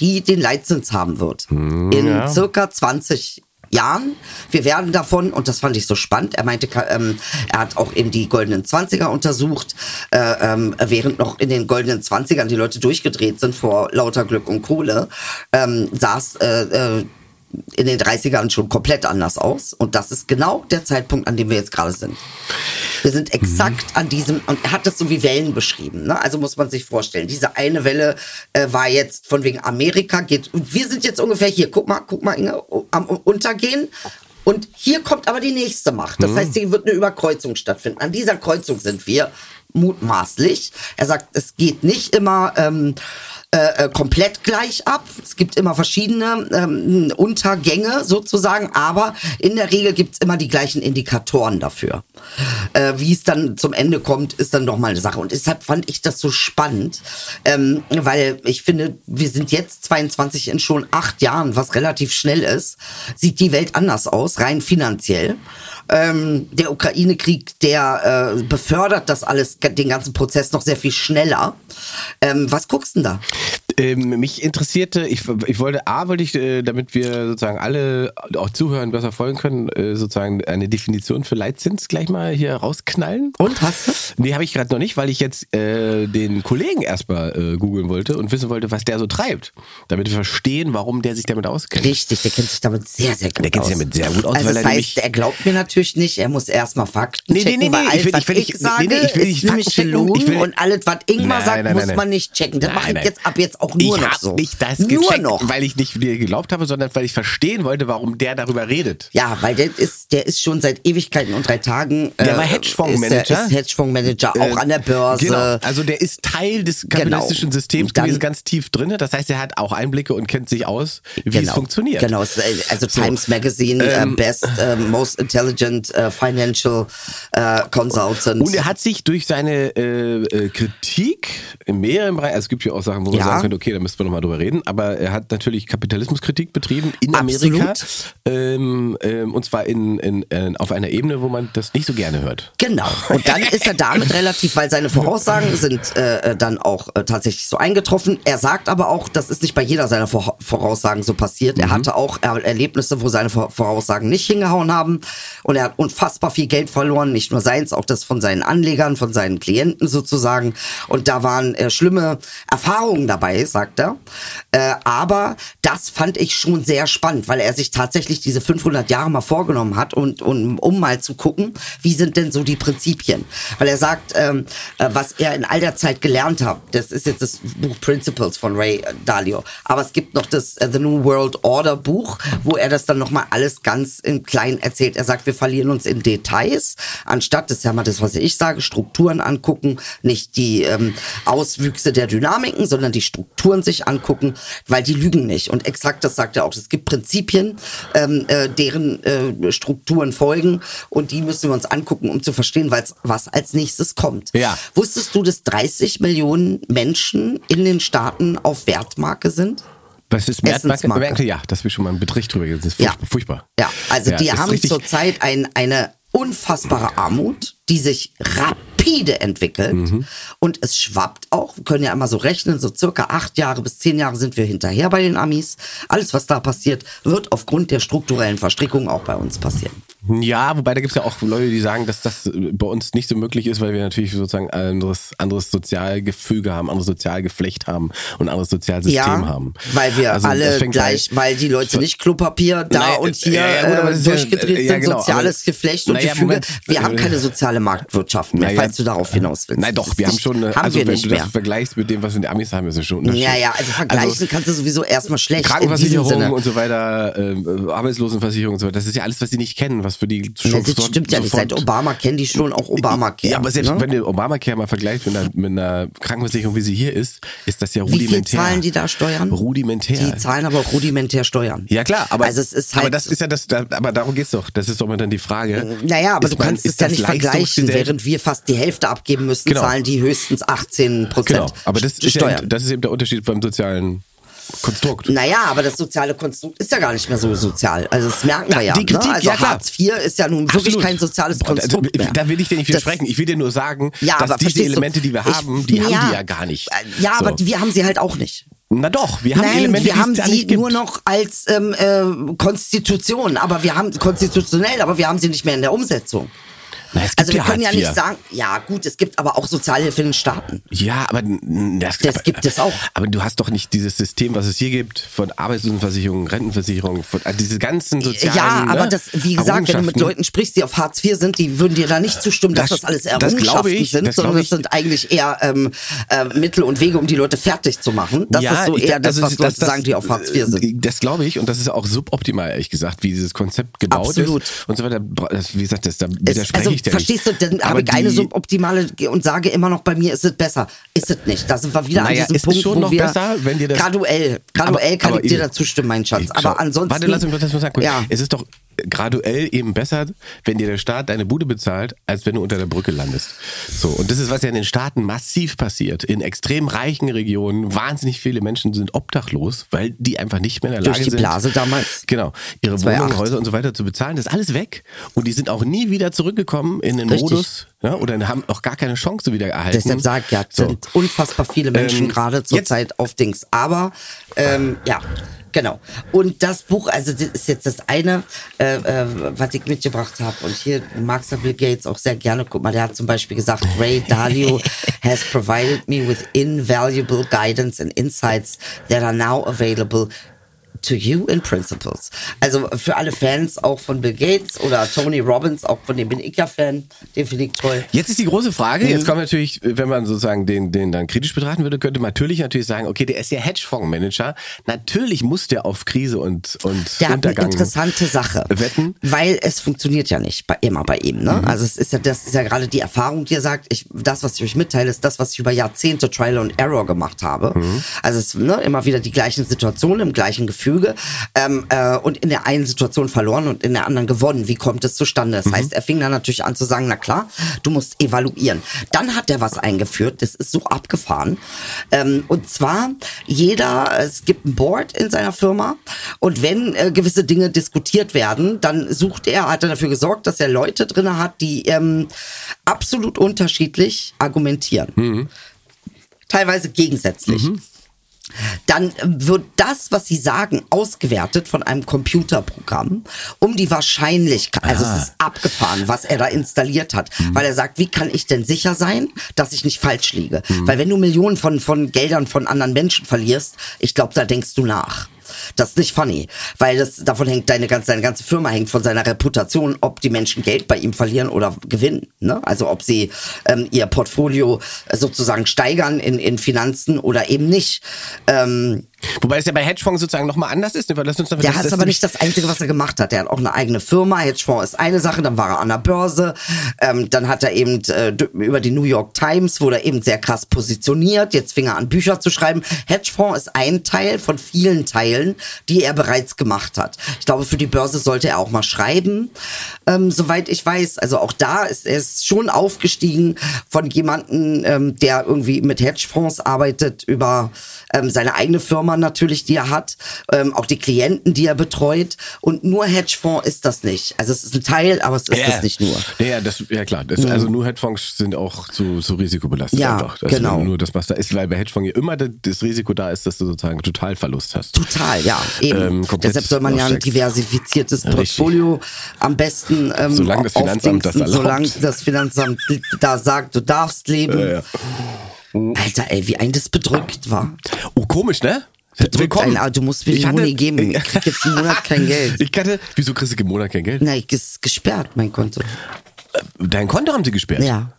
[SPEAKER 4] die den Leitzins haben wird. In
[SPEAKER 5] ja.
[SPEAKER 4] circa 20 Jahren. Wir werden davon, und das fand ich so spannend, er meinte, ka- ähm, er hat auch eben die goldenen 20er untersucht, äh, ähm, während noch in den goldenen 20ern die Leute durchgedreht sind vor lauter Glück und Kohle, ähm, saß äh, äh, in den 30ern schon komplett anders aus. Und das ist genau der Zeitpunkt, an dem wir jetzt gerade sind. Wir sind exakt an diesem, und er hat das so wie Wellen beschrieben. Ne? Also muss man sich vorstellen, diese eine Welle äh, war jetzt von wegen Amerika, geht, und wir sind jetzt ungefähr hier, guck mal, guck mal, Inge, oh, am Untergehen. Und hier kommt aber die nächste Macht. Das heißt, hier wird eine Überkreuzung stattfinden. An dieser Kreuzung sind wir mutmaßlich. Er sagt, es geht nicht immer ähm, äh, äh, komplett gleich ab. Es gibt immer verschiedene ähm, Untergänge sozusagen, aber in der Regel gibt es immer die gleichen Indikatoren dafür. Äh, Wie es dann zum Ende kommt, ist dann doch mal eine Sache. Und deshalb fand ich das so spannend, ähm, weil ich finde, wir sind jetzt 22 in schon acht Jahren, was relativ schnell ist, sieht die Welt anders aus, rein finanziell. Ähm, der Ukraine-Krieg, der äh, befördert das alles, den ganzen Prozess noch sehr viel schneller. Ähm, was guckst du denn da?
[SPEAKER 5] Ähm, mich interessierte, ich, ich wollte, A, wollte ich, äh, damit wir sozusagen alle auch zuhören, besser folgen können, äh, sozusagen eine Definition für Leitzins gleich mal hier rausknallen.
[SPEAKER 4] Und hast du?
[SPEAKER 5] Nee, habe ich gerade noch nicht, weil ich jetzt äh, den Kollegen erstmal äh, googeln wollte und wissen wollte, was der so treibt, damit wir verstehen, warum der sich damit auskennt.
[SPEAKER 4] Richtig, der kennt sich damit sehr, sehr gut
[SPEAKER 5] Der kennt
[SPEAKER 4] aus.
[SPEAKER 5] sich damit sehr gut aus,
[SPEAKER 4] Also
[SPEAKER 5] weil
[SPEAKER 4] das
[SPEAKER 5] er
[SPEAKER 4] heißt,
[SPEAKER 5] nämlich-
[SPEAKER 4] er glaubt mir natürlich nicht, er muss erstmal Fakten
[SPEAKER 5] Nee, nee,
[SPEAKER 4] checken,
[SPEAKER 5] nee,
[SPEAKER 4] weil
[SPEAKER 5] nee,
[SPEAKER 4] alles,
[SPEAKER 5] ich will-
[SPEAKER 4] was
[SPEAKER 5] ich will nicht-
[SPEAKER 4] sage,
[SPEAKER 5] nee, nee, ich will nicht
[SPEAKER 4] ist nämlich
[SPEAKER 5] Fakten checken,
[SPEAKER 4] Lungen
[SPEAKER 5] ich will-
[SPEAKER 4] und alles, was Ingmar
[SPEAKER 5] Nein,
[SPEAKER 4] sagt,
[SPEAKER 5] nein,
[SPEAKER 4] muss
[SPEAKER 5] nein, nein.
[SPEAKER 4] man nicht checken. Das
[SPEAKER 5] Nein,
[SPEAKER 4] mache ich
[SPEAKER 5] nein.
[SPEAKER 4] jetzt ab jetzt auch nur
[SPEAKER 5] ich
[SPEAKER 4] noch
[SPEAKER 5] hab
[SPEAKER 4] so.
[SPEAKER 5] nicht das
[SPEAKER 4] nur
[SPEAKER 5] gecheckt,
[SPEAKER 4] noch.
[SPEAKER 5] weil ich nicht dir geglaubt habe, sondern weil ich verstehen wollte, warum der darüber redet.
[SPEAKER 4] Ja, weil der ist, der ist schon seit Ewigkeiten und drei Tagen.
[SPEAKER 5] Der
[SPEAKER 4] äh,
[SPEAKER 5] war Hedgefondsmanager.
[SPEAKER 4] Ist, der- ist Hedgefondsmanager, auch
[SPEAKER 5] Äh,
[SPEAKER 4] an der Börse.
[SPEAKER 5] Genau. Also der ist Teil des kapitalistischen
[SPEAKER 4] Genau.
[SPEAKER 5] Systems
[SPEAKER 4] Dann-
[SPEAKER 5] gewesen, ganz tief drin. Das heißt, er hat auch Einblicke und kennt sich aus, wie es funktioniert.
[SPEAKER 4] Genau, es ist, äh, also Times Magazine, äh,
[SPEAKER 5] Ähm.
[SPEAKER 4] Best, äh, Most Intelligent äh, Financial äh, Consultant.
[SPEAKER 5] Und er hat sich durch seine äh, äh, Kritik in mehreren Bereichen, also es gibt ja auch Sachen, wo man
[SPEAKER 4] Ja.
[SPEAKER 5] sagen könnte, okay, da müssten wir nochmal drüber reden, aber er hat natürlich Kapitalismuskritik betrieben in
[SPEAKER 4] Absolut.
[SPEAKER 5] Amerika. Ähm, ähm, und zwar in, in, in, auf einer Ebene, wo man das nicht so gerne hört.
[SPEAKER 4] Genau. Und dann ist er damit relativ, weil seine Voraussagen sind äh, äh, dann auch äh, tatsächlich so eingetroffen. Er sagt aber auch, das ist nicht bei jeder seiner Vor- Voraussagen so passiert. Er hatte auch er Erlebnisse, wo seine Vor- Voraussagen nicht hingehauen haben. Und er hat unfassbar viel Geld verloren, nicht nur seins, auch das von seinen Anlegern, von seinen Klienten sozusagen. Und da waren äh, schlimme Erfahrungen dabei, sagt er. Äh, aber das fand ich schon sehr spannend, weil er sich tatsächlich diese 500 Jahre mal vorgenommen hat und, und um mal zu gucken, wie sind denn so die Prinzipien. Weil er sagt, ähm, äh, was er in all der Zeit gelernt hat, das ist jetzt das Buch Principles von Ray äh, Dalio, aber es gibt noch das äh, The New World Order Buch, wo er das dann nochmal alles ganz in klein erzählt. Er sagt, wir verlieren uns in Details, anstatt, das ist ja mal das, was ich sage, Strukturen angucken, nicht die ähm, Auswüchse der Dynamiken, sondern die Strukturen sich angucken, weil die lügen nicht. Und exakt das sagt er auch. Es gibt Prinzipien, ähm, äh, deren äh, Strukturen folgen und die müssen wir uns angucken, um zu verstehen, weil's, was als nächstes kommt.
[SPEAKER 5] Ja.
[SPEAKER 4] Wusstest du, dass 30 Millionen Menschen in den Staaten auf Wertmarke sind?
[SPEAKER 5] Was ist
[SPEAKER 4] Essensmarke.
[SPEAKER 5] Merkel? Ja, das habe ich schon mal einen Betricht drüber gesehen. Das ist furchtbar. furchtbar.
[SPEAKER 4] Ja, also die
[SPEAKER 5] ist
[SPEAKER 4] haben
[SPEAKER 5] richtig-
[SPEAKER 4] zurzeit ein, eine unfassbare Armut, die sich rapide entwickelt
[SPEAKER 5] Mhm.
[SPEAKER 4] und es schwappt auch. Wir können ja immer so rechnen, so circa acht Jahre bis zehn Jahre sind wir hinterher bei den Amis. Alles, was da passiert, wird aufgrund der strukturellen Verstrickung auch bei uns passieren.
[SPEAKER 5] Ja, wobei da gibt's ja auch Leute, die sagen, dass das äh, bei uns nicht so möglich ist, weil wir natürlich sozusagen ein anderes, anderes Sozialgefüge haben, anderes Sozialgeflecht haben und ein anderes Sozialsystem
[SPEAKER 4] ja,
[SPEAKER 5] haben.
[SPEAKER 4] weil wir
[SPEAKER 5] Also, das
[SPEAKER 4] alle
[SPEAKER 5] fängt
[SPEAKER 4] gleich,
[SPEAKER 5] bei-
[SPEAKER 4] weil die Leute nicht Klopapier da
[SPEAKER 5] Nein,
[SPEAKER 4] und hier
[SPEAKER 5] ja, ja, gut, aber
[SPEAKER 4] äh,
[SPEAKER 5] das ist ja-
[SPEAKER 4] durchgedreht
[SPEAKER 5] äh, ja,
[SPEAKER 4] sind,
[SPEAKER 5] genau,
[SPEAKER 4] soziales
[SPEAKER 5] aber-
[SPEAKER 4] Gefüge. und
[SPEAKER 5] Naja,
[SPEAKER 4] Gefüge.
[SPEAKER 5] Moment. äh,
[SPEAKER 4] wir haben keine soziale Marktwirtschaft mehr,
[SPEAKER 5] Naja, äh,
[SPEAKER 4] falls du darauf hinaus willst.
[SPEAKER 5] Nein,
[SPEAKER 4] Das
[SPEAKER 5] doch,
[SPEAKER 4] ist
[SPEAKER 5] wir haben
[SPEAKER 4] nicht-
[SPEAKER 5] schon, eine-
[SPEAKER 4] haben
[SPEAKER 5] also
[SPEAKER 4] wir
[SPEAKER 5] wenn
[SPEAKER 4] nicht
[SPEAKER 5] du
[SPEAKER 4] mehr.
[SPEAKER 5] das vergleichst mit dem, was wir in den Amis haben, ist es schon ne? ein Unterschied.
[SPEAKER 4] Ja, ja, also vergleichen kannst du sowieso erstmal schlecht. in diesem
[SPEAKER 5] Krankenversicherung
[SPEAKER 4] Sinne.
[SPEAKER 5] und so weiter, ähm, Arbeitslosenversicherung und so weiter, das ist ja alles, was die nicht kennen, was für die
[SPEAKER 4] Ja,
[SPEAKER 5] schon
[SPEAKER 4] das
[SPEAKER 5] so-
[SPEAKER 4] stimmt ja nicht.
[SPEAKER 5] sofort-
[SPEAKER 4] Seit Obama kennen die schon auch Obamacare.
[SPEAKER 5] Ja, aber selbst
[SPEAKER 4] ne?
[SPEAKER 5] wenn du Obamacare mal vergleicht mit einer, mit einer Krankenversicherung, wie sie hier ist, ist das ja
[SPEAKER 4] Wie
[SPEAKER 5] rudimentär.
[SPEAKER 4] viel zahlen die da Steuern?
[SPEAKER 5] Rudimentär.
[SPEAKER 4] Die zahlen aber auch rudimentär Steuern.
[SPEAKER 5] ja klar, aber,
[SPEAKER 4] also es ist
[SPEAKER 5] aber
[SPEAKER 4] halt
[SPEAKER 5] das ist ja das, da, aber darum geht's doch. Das ist doch mal dann die Frage.
[SPEAKER 4] Naja, aber
[SPEAKER 5] Ist
[SPEAKER 4] du
[SPEAKER 5] man-
[SPEAKER 4] kannst
[SPEAKER 5] ist
[SPEAKER 4] es ja
[SPEAKER 5] das
[SPEAKER 4] nicht vergleichen.
[SPEAKER 5] Leistungsgesellschaft-
[SPEAKER 4] Während wir fast die Hälfte abgeben müssen,
[SPEAKER 5] Genau.
[SPEAKER 4] zahlen die höchstens 18 Prozent
[SPEAKER 5] Genau, aber das ist, ja,
[SPEAKER 4] Steuern.
[SPEAKER 5] eben- das ist eben der Unterschied beim sozialen Konstrukt.
[SPEAKER 4] Naja, aber das soziale Konstrukt ist ja gar nicht mehr so sozial. Also das merken wir
[SPEAKER 5] Na,
[SPEAKER 4] ja.
[SPEAKER 5] die Kritik,
[SPEAKER 4] ne? Also
[SPEAKER 5] ja, klar.
[SPEAKER 4] Hartz IV ist ja nun wirklich
[SPEAKER 5] Absolut.
[SPEAKER 4] kein soziales
[SPEAKER 5] Boah, da-
[SPEAKER 4] Konstrukt mehr.
[SPEAKER 5] Da, will ich dir nicht
[SPEAKER 4] Das-
[SPEAKER 5] widersprechen. Ich will dir nur sagen,
[SPEAKER 4] ja, aber
[SPEAKER 5] dass diese
[SPEAKER 4] verstehst du,
[SPEAKER 5] Elemente, die wir
[SPEAKER 4] ich- Äh,
[SPEAKER 5] haben, die haben die ja gar nicht.
[SPEAKER 4] Ja,
[SPEAKER 5] So.
[SPEAKER 4] aber wir haben sie halt auch nicht.
[SPEAKER 5] Na doch, wir haben
[SPEAKER 4] Nein,
[SPEAKER 5] Elemente,
[SPEAKER 4] wir
[SPEAKER 5] die
[SPEAKER 4] haben
[SPEAKER 5] es gar
[SPEAKER 4] sie
[SPEAKER 5] nicht gibt.
[SPEAKER 4] nur noch als ähm, äh, Konstitution, aber wir haben konstitutionell, aber wir haben sie nicht mehr in der Umsetzung.
[SPEAKER 5] Na, es gibt
[SPEAKER 4] Also wir können ja
[SPEAKER 5] Hartz
[SPEAKER 4] nicht
[SPEAKER 5] IV.
[SPEAKER 4] sagen, ja gut, es gibt aber auch Sozialhilfe in den Staaten.
[SPEAKER 5] Ja, aber n- das,
[SPEAKER 4] Das
[SPEAKER 5] aber-
[SPEAKER 4] gibt es auch.
[SPEAKER 5] Aber du hast doch nicht dieses System, was es hier gibt, von Arbeitslosenversicherung, Rentenversicherung, von, also diese ganzen sozialen.
[SPEAKER 4] ja,
[SPEAKER 5] ne,
[SPEAKER 4] aber das, wie gesagt, wenn du mit
[SPEAKER 5] Errungenschaften.
[SPEAKER 4] Leuten sprichst, die auf Hartz IV sind, die würden dir da nicht zustimmen, dass
[SPEAKER 5] Das-
[SPEAKER 4] das, alles
[SPEAKER 5] das glaub
[SPEAKER 4] Errungenschaften
[SPEAKER 5] ich,
[SPEAKER 4] sind,
[SPEAKER 5] das glaub
[SPEAKER 4] sondern das
[SPEAKER 5] ich.
[SPEAKER 4] sind eigentlich eher ähm, äh, Mittel und Wege, um die Leute fertig zu machen. Das ist so
[SPEAKER 5] ich-
[SPEAKER 4] eher das,
[SPEAKER 5] also
[SPEAKER 4] was Leute
[SPEAKER 5] das- äh,
[SPEAKER 4] sagen, die auf Hartz IV sind.
[SPEAKER 5] Das glaube ich und das ist auch suboptimal, ehrlich gesagt, wie dieses Konzept gebaut
[SPEAKER 4] Absolut.
[SPEAKER 5] ist und so weiter. Bra- das- Wie gesagt, das, da
[SPEAKER 4] Es-
[SPEAKER 5] widerspreche
[SPEAKER 4] also
[SPEAKER 5] ich dir
[SPEAKER 4] verstehst
[SPEAKER 5] nicht.
[SPEAKER 4] du, dann
[SPEAKER 5] Aber
[SPEAKER 4] habe ich eine
[SPEAKER 5] die-
[SPEAKER 4] suboptimale Ge- und sage immer noch, bei mir ist es besser. Ist es nicht. Da sind wir wieder
[SPEAKER 5] Naja,
[SPEAKER 4] an diesem
[SPEAKER 5] ist es
[SPEAKER 4] Punkt,
[SPEAKER 5] schon
[SPEAKER 4] wo
[SPEAKER 5] noch
[SPEAKER 4] wir
[SPEAKER 5] besser, wenn dir das-
[SPEAKER 4] graduell, graduell
[SPEAKER 5] Aber-
[SPEAKER 4] kann
[SPEAKER 5] aber
[SPEAKER 4] ich dir
[SPEAKER 5] eben.
[SPEAKER 4] dazu stimmen, mein Schatz.
[SPEAKER 5] Ich-
[SPEAKER 4] Aber ansonsten,
[SPEAKER 5] Warte, lass mich das mal sagen.
[SPEAKER 4] Ja.
[SPEAKER 5] Es ist doch graduell eben besser, wenn dir der Staat deine Bude bezahlt, als wenn du unter der Brücke landest. So, und das ist, was ja in den Staaten massiv passiert. In extrem reichen Regionen, wahnsinnig viele Menschen sind obdachlos, weil die einfach nicht mehr in der
[SPEAKER 4] Durch
[SPEAKER 5] Lage
[SPEAKER 4] die
[SPEAKER 5] sind.
[SPEAKER 4] Blase damals.
[SPEAKER 5] Genau. Ihre
[SPEAKER 4] 2008.
[SPEAKER 5] Wohnungen, Häuser und so weiter zu bezahlen, das ist alles weg. Und die sind auch nie wieder zurückgekommen in den
[SPEAKER 4] Richtig.
[SPEAKER 5] Modus ja, oder haben auch gar keine Chance wieder erhalten.
[SPEAKER 4] deshalb sage ich ja, es sind unfassbar viele Menschen
[SPEAKER 5] Ähm,
[SPEAKER 4] gerade
[SPEAKER 5] jetzt-
[SPEAKER 4] zurzeit auf Dings. Aber ähm, ja. Genau. Und das Buch, also das ist jetzt das eine, äh, äh, was ich mitgebracht habe. Und hier mag Bill Gates auch sehr gerne. Guck mal, der hat zum Beispiel gesagt, Ray Dalio has provided me with invaluable guidance and insights that are now available To you in principles. Also für alle Fans auch von Bill Gates oder Tony Robbins, auch von dem bin ich ja Fan, den finde ich toll.
[SPEAKER 5] Jetzt ist die große Frage,
[SPEAKER 4] Mhm.
[SPEAKER 5] jetzt kommt natürlich, wenn man sozusagen den, den dann kritisch betrachten würde, könnte man natürlich natürlich sagen, okay, der ist ja Hedgefondsmanager, natürlich muss der auf Krise und, und
[SPEAKER 4] Der hat eine
[SPEAKER 5] Untergang.
[SPEAKER 4] interessante Sache.
[SPEAKER 5] Wetten? Mhm.
[SPEAKER 4] Weil es funktioniert ja nicht bei, immer bei ihm. Ne? Also es ist ja, das ist ja gerade die Erfahrung, die er sagt, ich, das, was ich euch mitteile, ist das, was ich über Jahrzehnte Trial and Error gemacht habe.
[SPEAKER 5] Mhm.
[SPEAKER 4] Also es ne, immer wieder die gleichen Situationen im gleichen Gefüge ähm, äh, und in der einen Situation verloren und in der anderen gewonnen. Wie kommt es zustande?
[SPEAKER 5] Mhm.
[SPEAKER 4] Das heißt, er fing dann natürlich an zu sagen, na klar, du musst evaluieren. Dann hat er was eingeführt, das ist so abgefahren. Ähm, und zwar, jeder, es gibt ein Board in seiner Firma und wenn äh, gewisse Dinge diskutiert werden, dann sucht er, hat er dafür gesorgt, dass er Leute drin hat, die ähm, absolut unterschiedlich argumentieren. Teilweise gegensätzlich. Dann äh, wird das, was sie sagen, ausgewertet von einem Computerprogramm, um die Wahrscheinlichkeit, also es ist abgefahren, was er da installiert hat, weil er sagt, wie kann ich denn sicher sein, dass ich nicht falsch liege? Weil wenn du Millionen von, von Geldern von anderen Menschen verlierst, ich glaube, da denkst du nach. Das ist nicht funny, weil das davon hängt deine ganze deine ganze Firma hängt von seiner Reputation, ob die Menschen Geld bei ihm verlieren oder gewinnen. Ne? Also ob sie ähm, ihr Portfolio äh, sozusagen steigern in, in Finanzen oder eben nicht. Ähm,
[SPEAKER 5] Wobei es ja bei Hedgefonds sozusagen nochmal anders ist, ne, weil das uns
[SPEAKER 4] der hat aber nicht das Einzige, was er gemacht hat. Der hat auch eine eigene Firma. Hedgefonds ist eine Sache, dann war er an der Börse. Ähm, dann hat er eben äh, d- über die New York Times wurde er eben sehr krass positioniert. Jetzt fing er an, Bücher zu schreiben. Hedgefonds ist ein Teil von vielen Teilen, die er bereits gemacht hat. Ich glaube, für die Börse sollte er auch mal schreiben, ähm, soweit ich weiß. Also auch da ist er ist schon aufgestiegen von jemandem, ähm, der irgendwie mit Hedgefonds arbeitet, über ähm, seine eigene Firma natürlich, die er hat, ähm, auch die Klienten, die er betreut. Und nur Hedgefonds ist das nicht. Also es ist ein Teil, aber es ist das nicht nur.
[SPEAKER 5] Ja, ja, das, ja klar. Das, Also nur Hedgefonds sind auch zu, zu risikobelastet
[SPEAKER 4] Mhm. Ja,
[SPEAKER 5] einfach. Das
[SPEAKER 4] genau.
[SPEAKER 5] Nur das, was da ist, weil bei Hedgefonds ja immer das- das Risiko da ist, dass du sozusagen total Verlust hast.
[SPEAKER 4] Total, ja, eben.
[SPEAKER 5] Ähm, komplett
[SPEAKER 4] Deshalb soll man ja ein
[SPEAKER 5] ausstecken.
[SPEAKER 4] diversifiziertes
[SPEAKER 5] Richtig.
[SPEAKER 4] Portfolio am besten ähm,
[SPEAKER 5] Solange das Finanzamt das
[SPEAKER 4] aufdingsen,
[SPEAKER 5] erlaubt.
[SPEAKER 4] solange das Finanzamt da sagt, du darfst leben.
[SPEAKER 5] Ja, ja.
[SPEAKER 4] Alter, ey, wie ein das bedrückt war.
[SPEAKER 5] Oh, komisch, ne?
[SPEAKER 4] einen, aber du musst mir
[SPEAKER 5] Ich
[SPEAKER 4] den
[SPEAKER 5] hatte-
[SPEAKER 4] Moni geben. Ich krieg jetzt einen Monat kein Geld.
[SPEAKER 5] Ich hatte, wieso kriegst du im Monat kein Geld?
[SPEAKER 4] Na, ich ist gesperrt, mein Konto.
[SPEAKER 5] Dein Konto haben sie gesperrt.
[SPEAKER 4] Ja.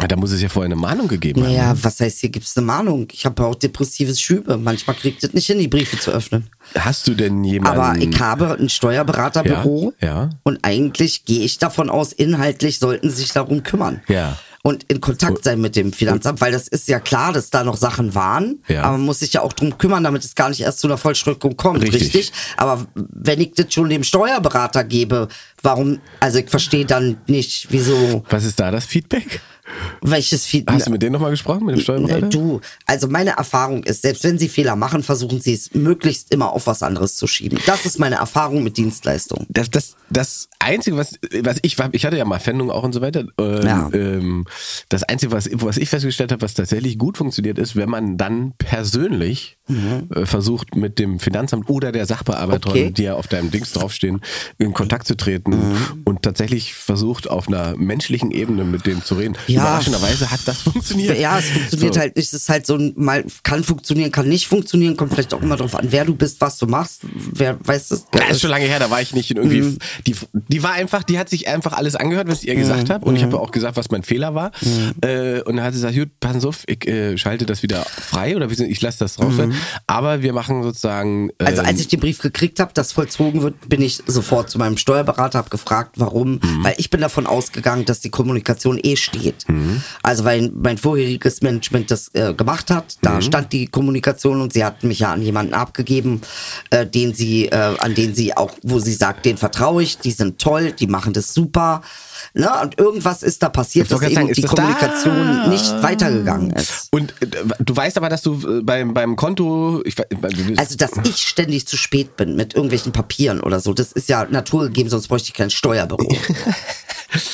[SPEAKER 5] Ah, Da muss es ja vorher eine Mahnung gegeben
[SPEAKER 4] Naja, was heißt, hier gibt's eine Mahnung. Ich habe auch depressive Schübe. Manchmal kriegt das nicht hin, die Briefe zu öffnen.
[SPEAKER 5] haben. Hast du denn jemanden?
[SPEAKER 4] Aber ich habe ein Steuerberaterbüro
[SPEAKER 5] Ähm, Ja, ja.
[SPEAKER 4] und eigentlich gehe ich davon aus, inhaltlich sollten sie sich darum kümmern.
[SPEAKER 5] Ja.
[SPEAKER 4] Und in Kontakt sein mit dem Finanzamt, weil das ist ja klar, dass da noch Sachen waren,
[SPEAKER 5] Ja.
[SPEAKER 4] aber man muss sich ja auch drum kümmern, damit es gar nicht erst zu einer Vollstreckung kommt,
[SPEAKER 5] Richtig.
[SPEAKER 4] richtig? Aber wenn ich das schon dem Steuerberater gebe, warum, also ich verstehe dann nicht, wieso
[SPEAKER 5] Was ist da das Feedback?
[SPEAKER 4] Welches Feedback?
[SPEAKER 5] Hast du mit denen nochmal gesprochen, mit dem Steuerberater?
[SPEAKER 4] Du, also meine Erfahrung ist, selbst wenn sie Fehler machen, versuchen sie es möglichst immer auf was anderes zu schieben. Das ist meine Erfahrung mit Dienstleistungen.
[SPEAKER 5] das, das, das Einzige, was, was ich, ich hatte ja mal Fendung auch und so weiter. Ähm,
[SPEAKER 4] Ja.
[SPEAKER 5] ähm, das Einzige, was, was ich festgestellt habe, was tatsächlich gut funktioniert, ist, wenn man dann persönlich äh, versucht, mit dem Finanzamt oder der Sachbearbeiterin,
[SPEAKER 4] Mhm. Okay. Mhm.
[SPEAKER 5] die ja auf deinem Dings draufstehen, in Kontakt zu treten und tatsächlich versucht, auf einer menschlichen Ebene mit denen zu reden.
[SPEAKER 4] Ja.
[SPEAKER 5] Überraschenderweise hat das funktioniert.
[SPEAKER 4] Ja, es funktioniert
[SPEAKER 5] So.
[SPEAKER 4] halt nicht. Es ist halt so ein, mal kann funktionieren, kann nicht funktionieren, kommt vielleicht auch immer drauf an, wer du bist, was du machst, wer weiß das. Mhm.
[SPEAKER 5] Ja, ist schon lange her, da war ich nicht in irgendwie. Die, die war einfach, die hat sich einfach alles angehört, was ich ihr gesagt
[SPEAKER 4] Mhm.
[SPEAKER 5] habe. Und ich habe auch gesagt, was mein Fehler war. Äh, und dann hat sie gesagt, gut, pass auf, ich äh, schalte das wieder frei oder wir sind- ich lasse das drauf. Aber wir machen sozusagen. Äh,
[SPEAKER 4] Mhm. Also als ich den Brief gekriegt habe, dass vollzogen wird, bin ich sofort zu meinem Steuerberater, habe gefragt, warum,
[SPEAKER 5] Mhm.
[SPEAKER 4] weil ich bin davon ausgegangen, dass die Kommunikation eh steht.
[SPEAKER 5] Mhm.
[SPEAKER 4] Also weil mein vorheriges Management das äh, gemacht hat, da
[SPEAKER 5] Mhm.
[SPEAKER 4] stand die Kommunikation und sie hatten mich ja an jemanden abgegeben, äh, den sie, äh, an den sie auch, wo sie sagt, den vertraue ich, die sind toll, die machen das super. Ne? Und irgendwas ist da passiert,
[SPEAKER 5] Ich wollte
[SPEAKER 4] dass eben
[SPEAKER 5] gerade sagen,
[SPEAKER 4] die
[SPEAKER 5] ist das da?
[SPEAKER 4] Kommunikation nicht weitergegangen ist.
[SPEAKER 5] und äh, du weißt aber, dass du äh, beim, beim Konto. Ich, we- beim-
[SPEAKER 4] Also, dass ich ständig zu spät bin mit irgendwelchen Papieren oder so, das ist ja naturgegeben, sonst bräuchte ich kein Steuerbüro.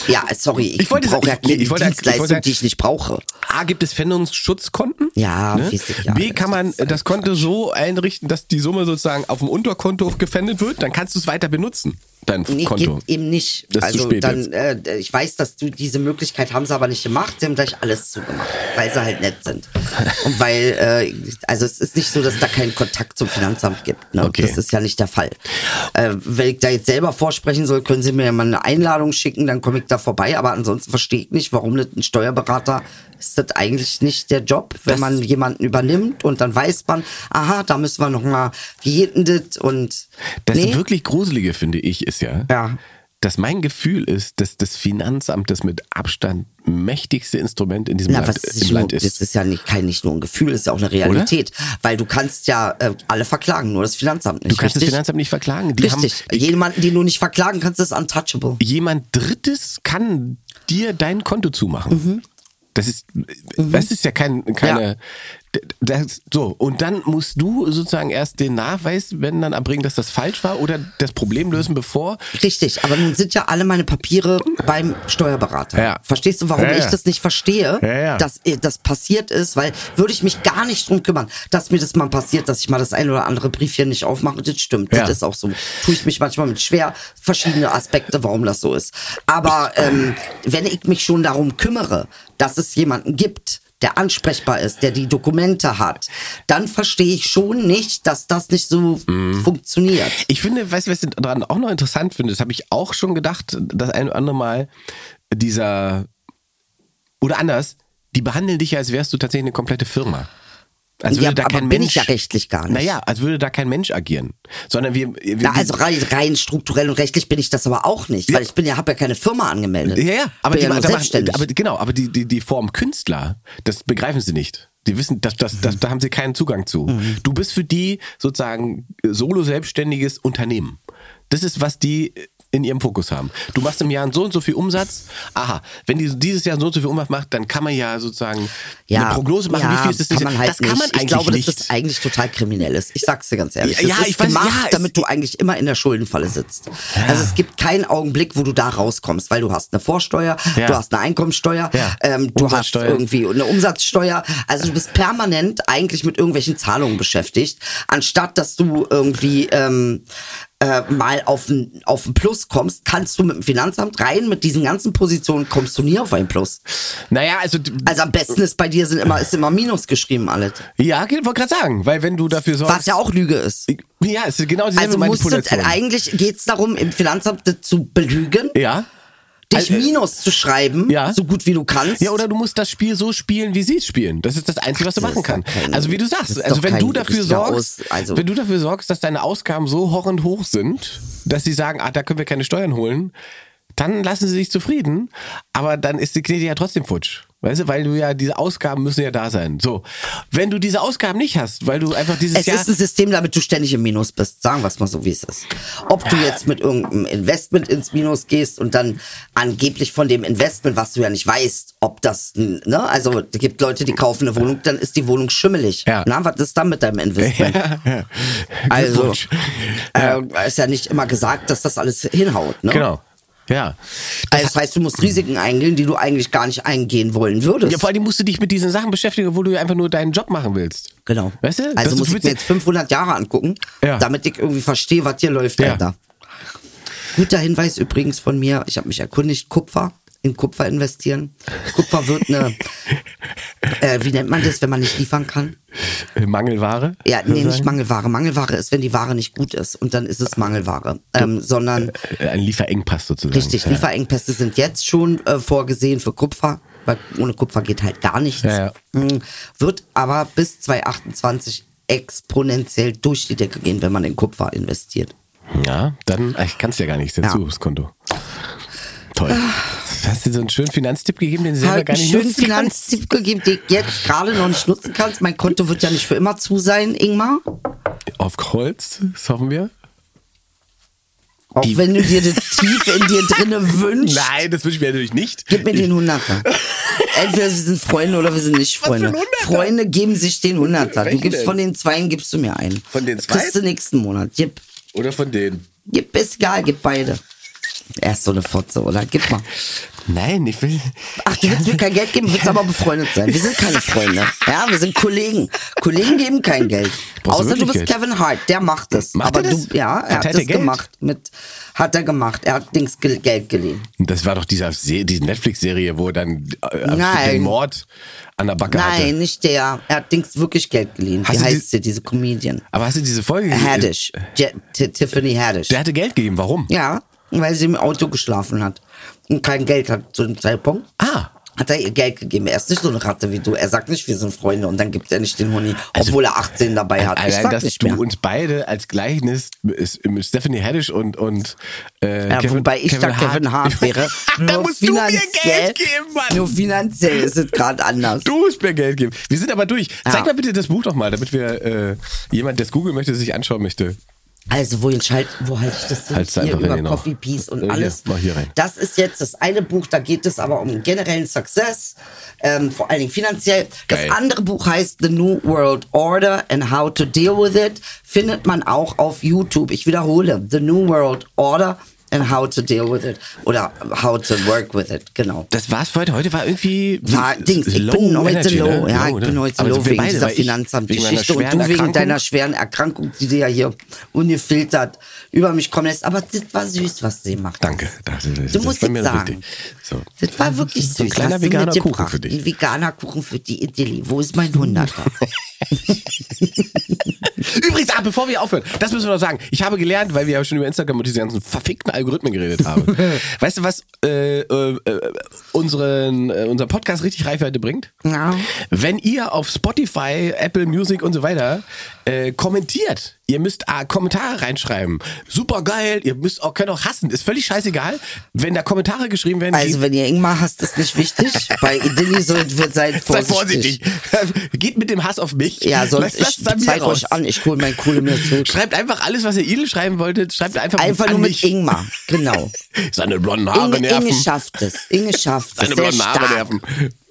[SPEAKER 4] ja, sorry, ich,
[SPEAKER 5] Ich wollte
[SPEAKER 4] brauche
[SPEAKER 5] sagen,
[SPEAKER 4] ja
[SPEAKER 5] ich- nee,
[SPEAKER 4] keine
[SPEAKER 5] ich wollte- ich wollte
[SPEAKER 4] Dienstleistung,
[SPEAKER 5] sagen-
[SPEAKER 4] die ich nicht brauche.
[SPEAKER 5] A, gibt es Pfändungsschutzkonten?
[SPEAKER 4] Ja, weiß ich ja.
[SPEAKER 5] B, kann man äh, das Konto so einrichten, dass die Summe sozusagen auf dem Unterkonto gepfändet wird? Dann kannst du es weiter benutzen, dein
[SPEAKER 4] Nee,
[SPEAKER 5] Konto.
[SPEAKER 4] geht eben nicht.
[SPEAKER 5] Das ist zu
[SPEAKER 4] also
[SPEAKER 5] spät
[SPEAKER 4] dann, äh, ich weiß, dass du diese Möglichkeit haben sie aber nicht gemacht. Sie haben gleich alles zugemacht, weil sie halt nett sind. Und weil, äh, also es ist nicht so, dass da keinen Kontakt zum Finanzamt gibt. Ne?
[SPEAKER 5] Okay.
[SPEAKER 4] Das ist ja nicht der Fall. Äh, wenn ich da jetzt selber vorsprechen soll, können sie mir ja mal eine Einladung schicken, dann komme ich da vorbei. Aber ansonsten verstehe ich nicht, warum das ein Steuerberater ist das eigentlich nicht der Job, wenn
[SPEAKER 5] Das-
[SPEAKER 4] man jemanden übernimmt und dann weiß man, aha, da müssen wir nochmal, wie geht denn das? Und
[SPEAKER 5] Das
[SPEAKER 4] nee.
[SPEAKER 5] wirklich Gruselige, finde ich, ist ja,
[SPEAKER 4] Ja.
[SPEAKER 5] dass mein Gefühl ist, dass das Finanzamt das mit Abstand mächtigste Instrument in diesem
[SPEAKER 4] Na,
[SPEAKER 5] Land,
[SPEAKER 4] was
[SPEAKER 5] im
[SPEAKER 4] ist nur,
[SPEAKER 5] Land
[SPEAKER 4] das
[SPEAKER 5] ist.
[SPEAKER 4] ist ja nicht, kein, nicht nur ein Gefühl, ist ja auch eine Realität. Weil du kannst ja äh, alle verklagen, nur das Finanzamt nicht.
[SPEAKER 5] Du kannst
[SPEAKER 4] richtig?
[SPEAKER 5] das Finanzamt nicht verklagen. Die
[SPEAKER 4] Richtig.
[SPEAKER 5] Haben,
[SPEAKER 4] Jemanden, den du nicht verklagen kannst, ist untouchable.
[SPEAKER 5] jemand Drittes kann dir dein Konto zumachen.
[SPEAKER 4] Mhm.
[SPEAKER 5] Das ist, das ist ja kein, keine, Das, so. Und dann musst du sozusagen erst den Nachweis, wenn dann erbringen, dass das falsch war oder das Problem lösen, bevor.
[SPEAKER 4] Richtig, aber nun sind ja alle meine Papiere beim Steuerberater.
[SPEAKER 5] Ja.
[SPEAKER 4] Verstehst du, warum
[SPEAKER 5] Ja, ja.
[SPEAKER 4] ich das nicht verstehe,
[SPEAKER 5] Ja, ja.
[SPEAKER 4] dass äh, das passiert ist? Weil würde ich mich gar nicht drum kümmern, dass mir das mal passiert, dass ich mal das ein oder andere Briefchen nicht aufmache. Das stimmt,
[SPEAKER 5] Ja.
[SPEAKER 4] das ist auch so. Tue ich mich manchmal mit schwer, verschiedene Aspekte, warum das so ist. Aber ähm, wenn ich mich schon darum kümmere, dass es jemanden gibt, der ansprechbar ist, der die Dokumente hat, dann verstehe ich schon nicht, dass das nicht so
[SPEAKER 5] Mhm.
[SPEAKER 4] funktioniert.
[SPEAKER 5] Ich finde, weißt du, was ich daran auch noch interessant finde, das habe ich auch schon gedacht, das ein oder andere Mal dieser, oder anders, die behandeln dich ja, als wärst du tatsächlich eine komplette Firma. Als
[SPEAKER 4] Ja, aber bin ich ja rechtlich gar nicht.
[SPEAKER 5] Naja, als würde da kein Mensch agieren. Sondern wir. wir
[SPEAKER 4] Na, also rein, rein strukturell und rechtlich bin ich das aber auch nicht, weil ich bin ja, habe ja keine Firma angemeldet.
[SPEAKER 5] Ja, ja, aber,
[SPEAKER 4] Ne? bin
[SPEAKER 5] die,
[SPEAKER 4] ja nur
[SPEAKER 5] da machen-
[SPEAKER 4] selbstständig.
[SPEAKER 5] aber genau, aber die, die, die Form Künstler, das begreifen sie nicht. Die wissen, dass das, das, da haben sie keinen Zugang zu.
[SPEAKER 4] Mhm.
[SPEAKER 5] Du bist für die sozusagen äh, solo selbstständiges Unternehmen. Das ist, was die äh, in ihrem Fokus haben. Du machst im Jahr so und so viel Umsatz. Aha, wenn die dieses Jahr so und so viel Umsatz macht, dann kann man ja sozusagen eine Prognose machen,
[SPEAKER 4] ja,
[SPEAKER 5] wie viel ist das
[SPEAKER 4] kann
[SPEAKER 5] nächste-
[SPEAKER 4] man halt
[SPEAKER 5] Das kann man
[SPEAKER 4] nicht.
[SPEAKER 5] eigentlich
[SPEAKER 4] Ich glaube,
[SPEAKER 5] nicht.
[SPEAKER 4] dass das eigentlich total kriminell ist. Ich sag's dir ganz ehrlich.
[SPEAKER 5] Ja,
[SPEAKER 4] das
[SPEAKER 5] ja,
[SPEAKER 4] ist
[SPEAKER 5] ich weiß-
[SPEAKER 4] gemacht,
[SPEAKER 5] ja, es-
[SPEAKER 4] damit du eigentlich immer in der Schuldenfalle sitzt. Also es gibt keinen Augenblick, wo du da rauskommst, weil du hast eine Vorsteuer,
[SPEAKER 5] Ja.
[SPEAKER 4] du hast eine Einkommensteuer,
[SPEAKER 5] Ja.
[SPEAKER 4] ähm, du hast
[SPEAKER 5] Umsatzsteuer.
[SPEAKER 4] irgendwie eine Umsatzsteuer. Also du bist permanent eigentlich mit irgendwelchen Zahlungen beschäftigt, anstatt dass du irgendwie ähm, äh, mal auf ein, auf ein Plus kommst, kannst du mit dem Finanzamt rein, mit diesen ganzen Positionen kommst du nie auf ein Plus.
[SPEAKER 5] naja, also,
[SPEAKER 4] Also am besten ist bei dir sind immer, ist immer Minus geschrieben alles.
[SPEAKER 5] ja, ich wollte gerade sagen, weil wenn du dafür sorgst.
[SPEAKER 4] Was ja auch Lüge ist.
[SPEAKER 5] ja, es ist genau dieselbe
[SPEAKER 4] Also musst du,
[SPEAKER 5] Manipulation.
[SPEAKER 4] eigentlich geht's darum, im Finanzamt das zu belügen,
[SPEAKER 5] ja.
[SPEAKER 4] dich Minus zu schreiben,
[SPEAKER 5] Äh, ja.
[SPEAKER 4] so gut wie du kannst.
[SPEAKER 5] Ja, oder du musst das Spiel so spielen, wie sie es spielen. Das ist das Einzige, was du
[SPEAKER 4] Das
[SPEAKER 5] machen
[SPEAKER 4] ist doch
[SPEAKER 5] kannst.
[SPEAKER 4] kein-
[SPEAKER 5] Also wie du
[SPEAKER 4] das
[SPEAKER 5] sagst,
[SPEAKER 4] ist
[SPEAKER 5] also
[SPEAKER 4] doch
[SPEAKER 5] wenn
[SPEAKER 4] kein
[SPEAKER 5] du dafür
[SPEAKER 4] richtiger
[SPEAKER 5] sorgst,
[SPEAKER 4] Aus- also-
[SPEAKER 5] wenn du dafür sorgst, dass deine Ausgaben so horrend hoch sind, dass sie sagen, ah, da können wir keine Steuern holen, dann lassen sie sich zufrieden, aber dann ist die Knete ja trotzdem futsch. Weißt du, weil du ja, diese Ausgaben müssen ja da sein. So. Wenn du diese Ausgaben nicht hast, weil du einfach dieses
[SPEAKER 4] Es
[SPEAKER 5] Jahr.
[SPEAKER 4] ist ein System, damit du ständig im Minus bist. Sagen wir es mal so, wie es ist. Ob du jetzt mit irgendeinem Investment ins Minus gehst und dann angeblich von dem Investment, was du ja nicht weißt, ob das, ne, also es gibt Leute, die kaufen eine Wohnung, dann ist die Wohnung schimmelig.
[SPEAKER 5] Ja.
[SPEAKER 4] Na, was ist dann mit deinem Investment? Also,
[SPEAKER 5] Glückwunsch.
[SPEAKER 4] äh, ist ja nicht immer gesagt, dass das alles hinhaut, ne?
[SPEAKER 5] Genau. Ja.
[SPEAKER 4] Also, das heißt, du musst Risiken eingehen, die du eigentlich gar nicht eingehen wollen würdest.
[SPEAKER 5] Ja, vor allem musst du dich mit diesen Sachen beschäftigen, obwohl du einfach nur deinen Job machen willst.
[SPEAKER 4] Genau.
[SPEAKER 5] Weißt du? Das
[SPEAKER 4] Also
[SPEAKER 5] ist
[SPEAKER 4] muss ich mir jetzt 500 Jahre angucken,
[SPEAKER 5] Ja.
[SPEAKER 4] damit ich irgendwie verstehe, was hier läuft,
[SPEAKER 5] Ja.
[SPEAKER 4] Alter. Guter Hinweis übrigens von mir, ich habe mich erkundigt, Kupfer, in Kupfer investieren. Kupfer wird eine, äh, wie nennt man das, wenn man nicht liefern kann?
[SPEAKER 5] Mangelware?
[SPEAKER 4] Ja, nee, nicht Mangelware. Mangelware ist, wenn die Ware nicht gut ist und dann ist es Mangelware. Ähm, sondern,
[SPEAKER 5] Ein Lieferengpass sozusagen.
[SPEAKER 4] richtig,
[SPEAKER 5] ja.
[SPEAKER 4] Lieferengpässe sind jetzt schon äh, vorgesehen für Kupfer, weil ohne Kupfer geht halt gar nichts.
[SPEAKER 5] Ja,
[SPEAKER 4] Mm, Wird aber bis 2028 exponentiell durch die Decke gehen, wenn man in Kupfer investiert.
[SPEAKER 5] Ja, dann kann es ja gar nicht. Ist ja
[SPEAKER 4] Ja.
[SPEAKER 5] zu, das Konto. Toll. Hast du so einen schönen Finanztipp gegeben, den du selber
[SPEAKER 4] Halt
[SPEAKER 5] gar
[SPEAKER 4] einen
[SPEAKER 5] nicht
[SPEAKER 4] schönen
[SPEAKER 5] nutzen kannst?
[SPEAKER 4] Finanztipp gegeben, den ich jetzt gerade noch nicht nutzen kannst. Mein Konto wird ja nicht für immer zu sein, Ingmar.
[SPEAKER 5] Auf Holz, das hoffen wir.
[SPEAKER 4] Auch
[SPEAKER 5] Die-
[SPEAKER 4] wenn du dir das tief in dir drinne wünschst.
[SPEAKER 5] Nein, das wünsche ich mir natürlich nicht.
[SPEAKER 4] Gib mir den Hunderter. Entweder wir sind Freunde oder wir sind nicht
[SPEAKER 5] für ein
[SPEAKER 4] Freunde.
[SPEAKER 5] Hunderter?
[SPEAKER 4] Freunde geben sich den Hunderter. Du
[SPEAKER 5] Welchen
[SPEAKER 4] gibst
[SPEAKER 5] denn?
[SPEAKER 4] von den Zweien, gibst du mir einen.
[SPEAKER 5] Von den Zweien?
[SPEAKER 4] Kriegst du nächsten Monat. Gib,
[SPEAKER 5] Oder von denen.
[SPEAKER 4] gib, ist egal, gib beide. Er ist so eine Fotze, oder? Gib mal.
[SPEAKER 5] Nein, ich will.
[SPEAKER 4] Ach, du willst mir kein Geld geben, willst aber befreundet sein. Wir sind keine Freunde. Ja, wir sind Kollegen. Kollegen geben kein Geld.
[SPEAKER 5] Brauchst du
[SPEAKER 4] Außer du
[SPEAKER 5] wirklich
[SPEAKER 4] bist
[SPEAKER 5] Geld?
[SPEAKER 4] Kevin Hart, der macht das.
[SPEAKER 5] Macht
[SPEAKER 4] aber
[SPEAKER 5] er das?
[SPEAKER 4] du, ja, er
[SPEAKER 5] Verteilt
[SPEAKER 4] hat
[SPEAKER 5] er
[SPEAKER 4] das
[SPEAKER 5] Geld?
[SPEAKER 4] gemacht. Mit, hat er gemacht. Er hat Dings Gel- Geld geliehen.
[SPEAKER 5] Das war doch dieser Se diese Netflix-Serie, wo er dann äh,
[SPEAKER 4] Nein.
[SPEAKER 5] den Mord an der Backe hatte.
[SPEAKER 4] Nein, nicht der. Er hat Dings wirklich Geld geliehen.
[SPEAKER 5] Hast
[SPEAKER 4] Wie
[SPEAKER 5] du die-
[SPEAKER 4] heißt sie, diese Comedian?
[SPEAKER 5] Aber hast du diese Folge gesehen?
[SPEAKER 4] Haddish. Je- T- Tiffany Haddish.
[SPEAKER 5] Der hatte Geld gegeben, warum?
[SPEAKER 4] Ja, weil sie im Auto geschlafen hat und kein Geld hat zu dem Zeitpunkt.
[SPEAKER 5] Ah.
[SPEAKER 4] Hat er ihr Geld gegeben. Er ist nicht so eine Ratte wie du. Er sagt nicht, wir sind Freunde und dann gibt er nicht den Honig, obwohl er 18 dabei hat. Ich
[SPEAKER 5] Allein,
[SPEAKER 4] sag
[SPEAKER 5] dass
[SPEAKER 4] Äh, nicht
[SPEAKER 5] Also- du
[SPEAKER 4] mehr.
[SPEAKER 5] uns beide als Gleichnis ist, mit Stephanie Haddish und, und äh,
[SPEAKER 4] ja, wobei ich da Kevin Hart wäre.
[SPEAKER 5] da
[SPEAKER 4] Nur
[SPEAKER 5] musst du mir
[SPEAKER 4] finanziell-
[SPEAKER 5] Geld geben, Mann.
[SPEAKER 4] Nur finanziell ist es gerade anders.
[SPEAKER 5] Du musst mir Geld geben. Wir sind aber durch.
[SPEAKER 4] Ja.
[SPEAKER 5] Zeig mal bitte das Buch doch mal, damit wir äh, jemand, der es googeln möchte, sich anschauen möchte.
[SPEAKER 4] Also, wohin schalt, wo halte ich das denn?
[SPEAKER 5] Halt's
[SPEAKER 4] hier
[SPEAKER 5] einfach
[SPEAKER 4] über
[SPEAKER 5] in den Raum.
[SPEAKER 4] Coffee Peace und
[SPEAKER 5] Hier,
[SPEAKER 4] alles.
[SPEAKER 5] mach hier rein.
[SPEAKER 4] Das ist jetzt das eine Buch, da geht es aber um generellen Success, ähm, vor allen Dingen finanziell.
[SPEAKER 5] Geil.
[SPEAKER 4] Das andere Buch heißt The New World Order and How to Deal with It. Findet man auch auf YouTube. Ich wiederhole, The New World Order and How to Deal with It. Oder How to Work with It, genau.
[SPEAKER 5] Das war's für heute. Heute war irgendwie
[SPEAKER 4] War Dings, ich bin
[SPEAKER 5] ne?
[SPEAKER 4] heute low. ne? Ja, ich bin heute low wegen dieser Finanzamtgeschichte und du wegen deiner schweren Erkrankung, die dir ja hier ungefiltert über mich kommen lässt. Aber das war süß, was sie macht.
[SPEAKER 5] Danke. Das, das,
[SPEAKER 4] Du
[SPEAKER 5] das
[SPEAKER 4] musst
[SPEAKER 5] war mir
[SPEAKER 4] jetzt
[SPEAKER 5] noch
[SPEAKER 4] sagen.
[SPEAKER 5] wichtig. So.
[SPEAKER 4] Das war wirklich
[SPEAKER 5] So ein
[SPEAKER 4] süß.
[SPEAKER 5] kleiner
[SPEAKER 4] Hast du
[SPEAKER 5] veganer Kuchen
[SPEAKER 4] mitgebracht.
[SPEAKER 5] für dich.
[SPEAKER 4] Ein veganer Kuchen für die Idilli. Wo ist mein Hunderter?
[SPEAKER 5] Übrigens, ah, bevor wir aufhören, das müssen wir noch sagen. Ich habe gelernt, weil wir ja schon über Instagram und diese ganzen verfickten Algorithmen geredet haben. weißt du, was äh, äh, äh, unseren, äh, unser Podcast richtig Reichweite bringt?
[SPEAKER 4] Ja.
[SPEAKER 5] Wenn ihr auf Spotify, Apple Music und so weiter äh, kommentiert, ihr müsst äh, Kommentare reinschreiben. Super geil, ihr müsst auch, könnt auch hassen, ist völlig scheißegal. Wenn da Kommentare geschrieben werden,
[SPEAKER 4] Also,
[SPEAKER 5] geht,
[SPEAKER 4] wenn ihr Ingmar hasst, ist nicht wichtig. Bei Idilli sollt wir seid
[SPEAKER 5] seid
[SPEAKER 4] vorsichtig.
[SPEAKER 5] vorsichtig. geht mit dem Hass auf mich.
[SPEAKER 4] Ja,
[SPEAKER 5] Lasst-
[SPEAKER 4] sonst
[SPEAKER 5] lasst's
[SPEAKER 4] ich,
[SPEAKER 5] an mir
[SPEAKER 4] zeig
[SPEAKER 5] raus.
[SPEAKER 4] euch an, ich hole mein Kohle mir zurück.
[SPEAKER 5] Schreibt einfach alles, was ihr Idel schreiben wolltet, schreibt einfach,
[SPEAKER 4] Einfach
[SPEAKER 5] an
[SPEAKER 4] nur mit
[SPEAKER 5] mich.
[SPEAKER 4] Ingmar, genau.
[SPEAKER 5] Seine blonden Haare
[SPEAKER 4] Inge,
[SPEAKER 5] nerven.
[SPEAKER 4] Inge schafft es. Inge schafft es.
[SPEAKER 5] Seine
[SPEAKER 4] Sehr
[SPEAKER 5] blonden Haare
[SPEAKER 4] stark.
[SPEAKER 5] nerven.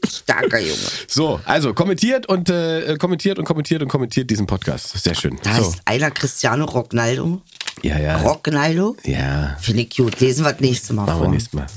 [SPEAKER 4] Starker Junge.
[SPEAKER 5] So, also kommentiert und äh, kommentiert und kommentiert und kommentiert diesen Podcast. Sehr schön.
[SPEAKER 4] Da
[SPEAKER 5] so.
[SPEAKER 4] heißt einer Cristiano Rognaldo.
[SPEAKER 5] Ja, ja.
[SPEAKER 4] Rognaldo?
[SPEAKER 5] Ja.
[SPEAKER 4] Finde ich gut. Lesen wir das nächste Mal
[SPEAKER 5] Machen wir
[SPEAKER 4] vor.
[SPEAKER 5] nächstes Mal.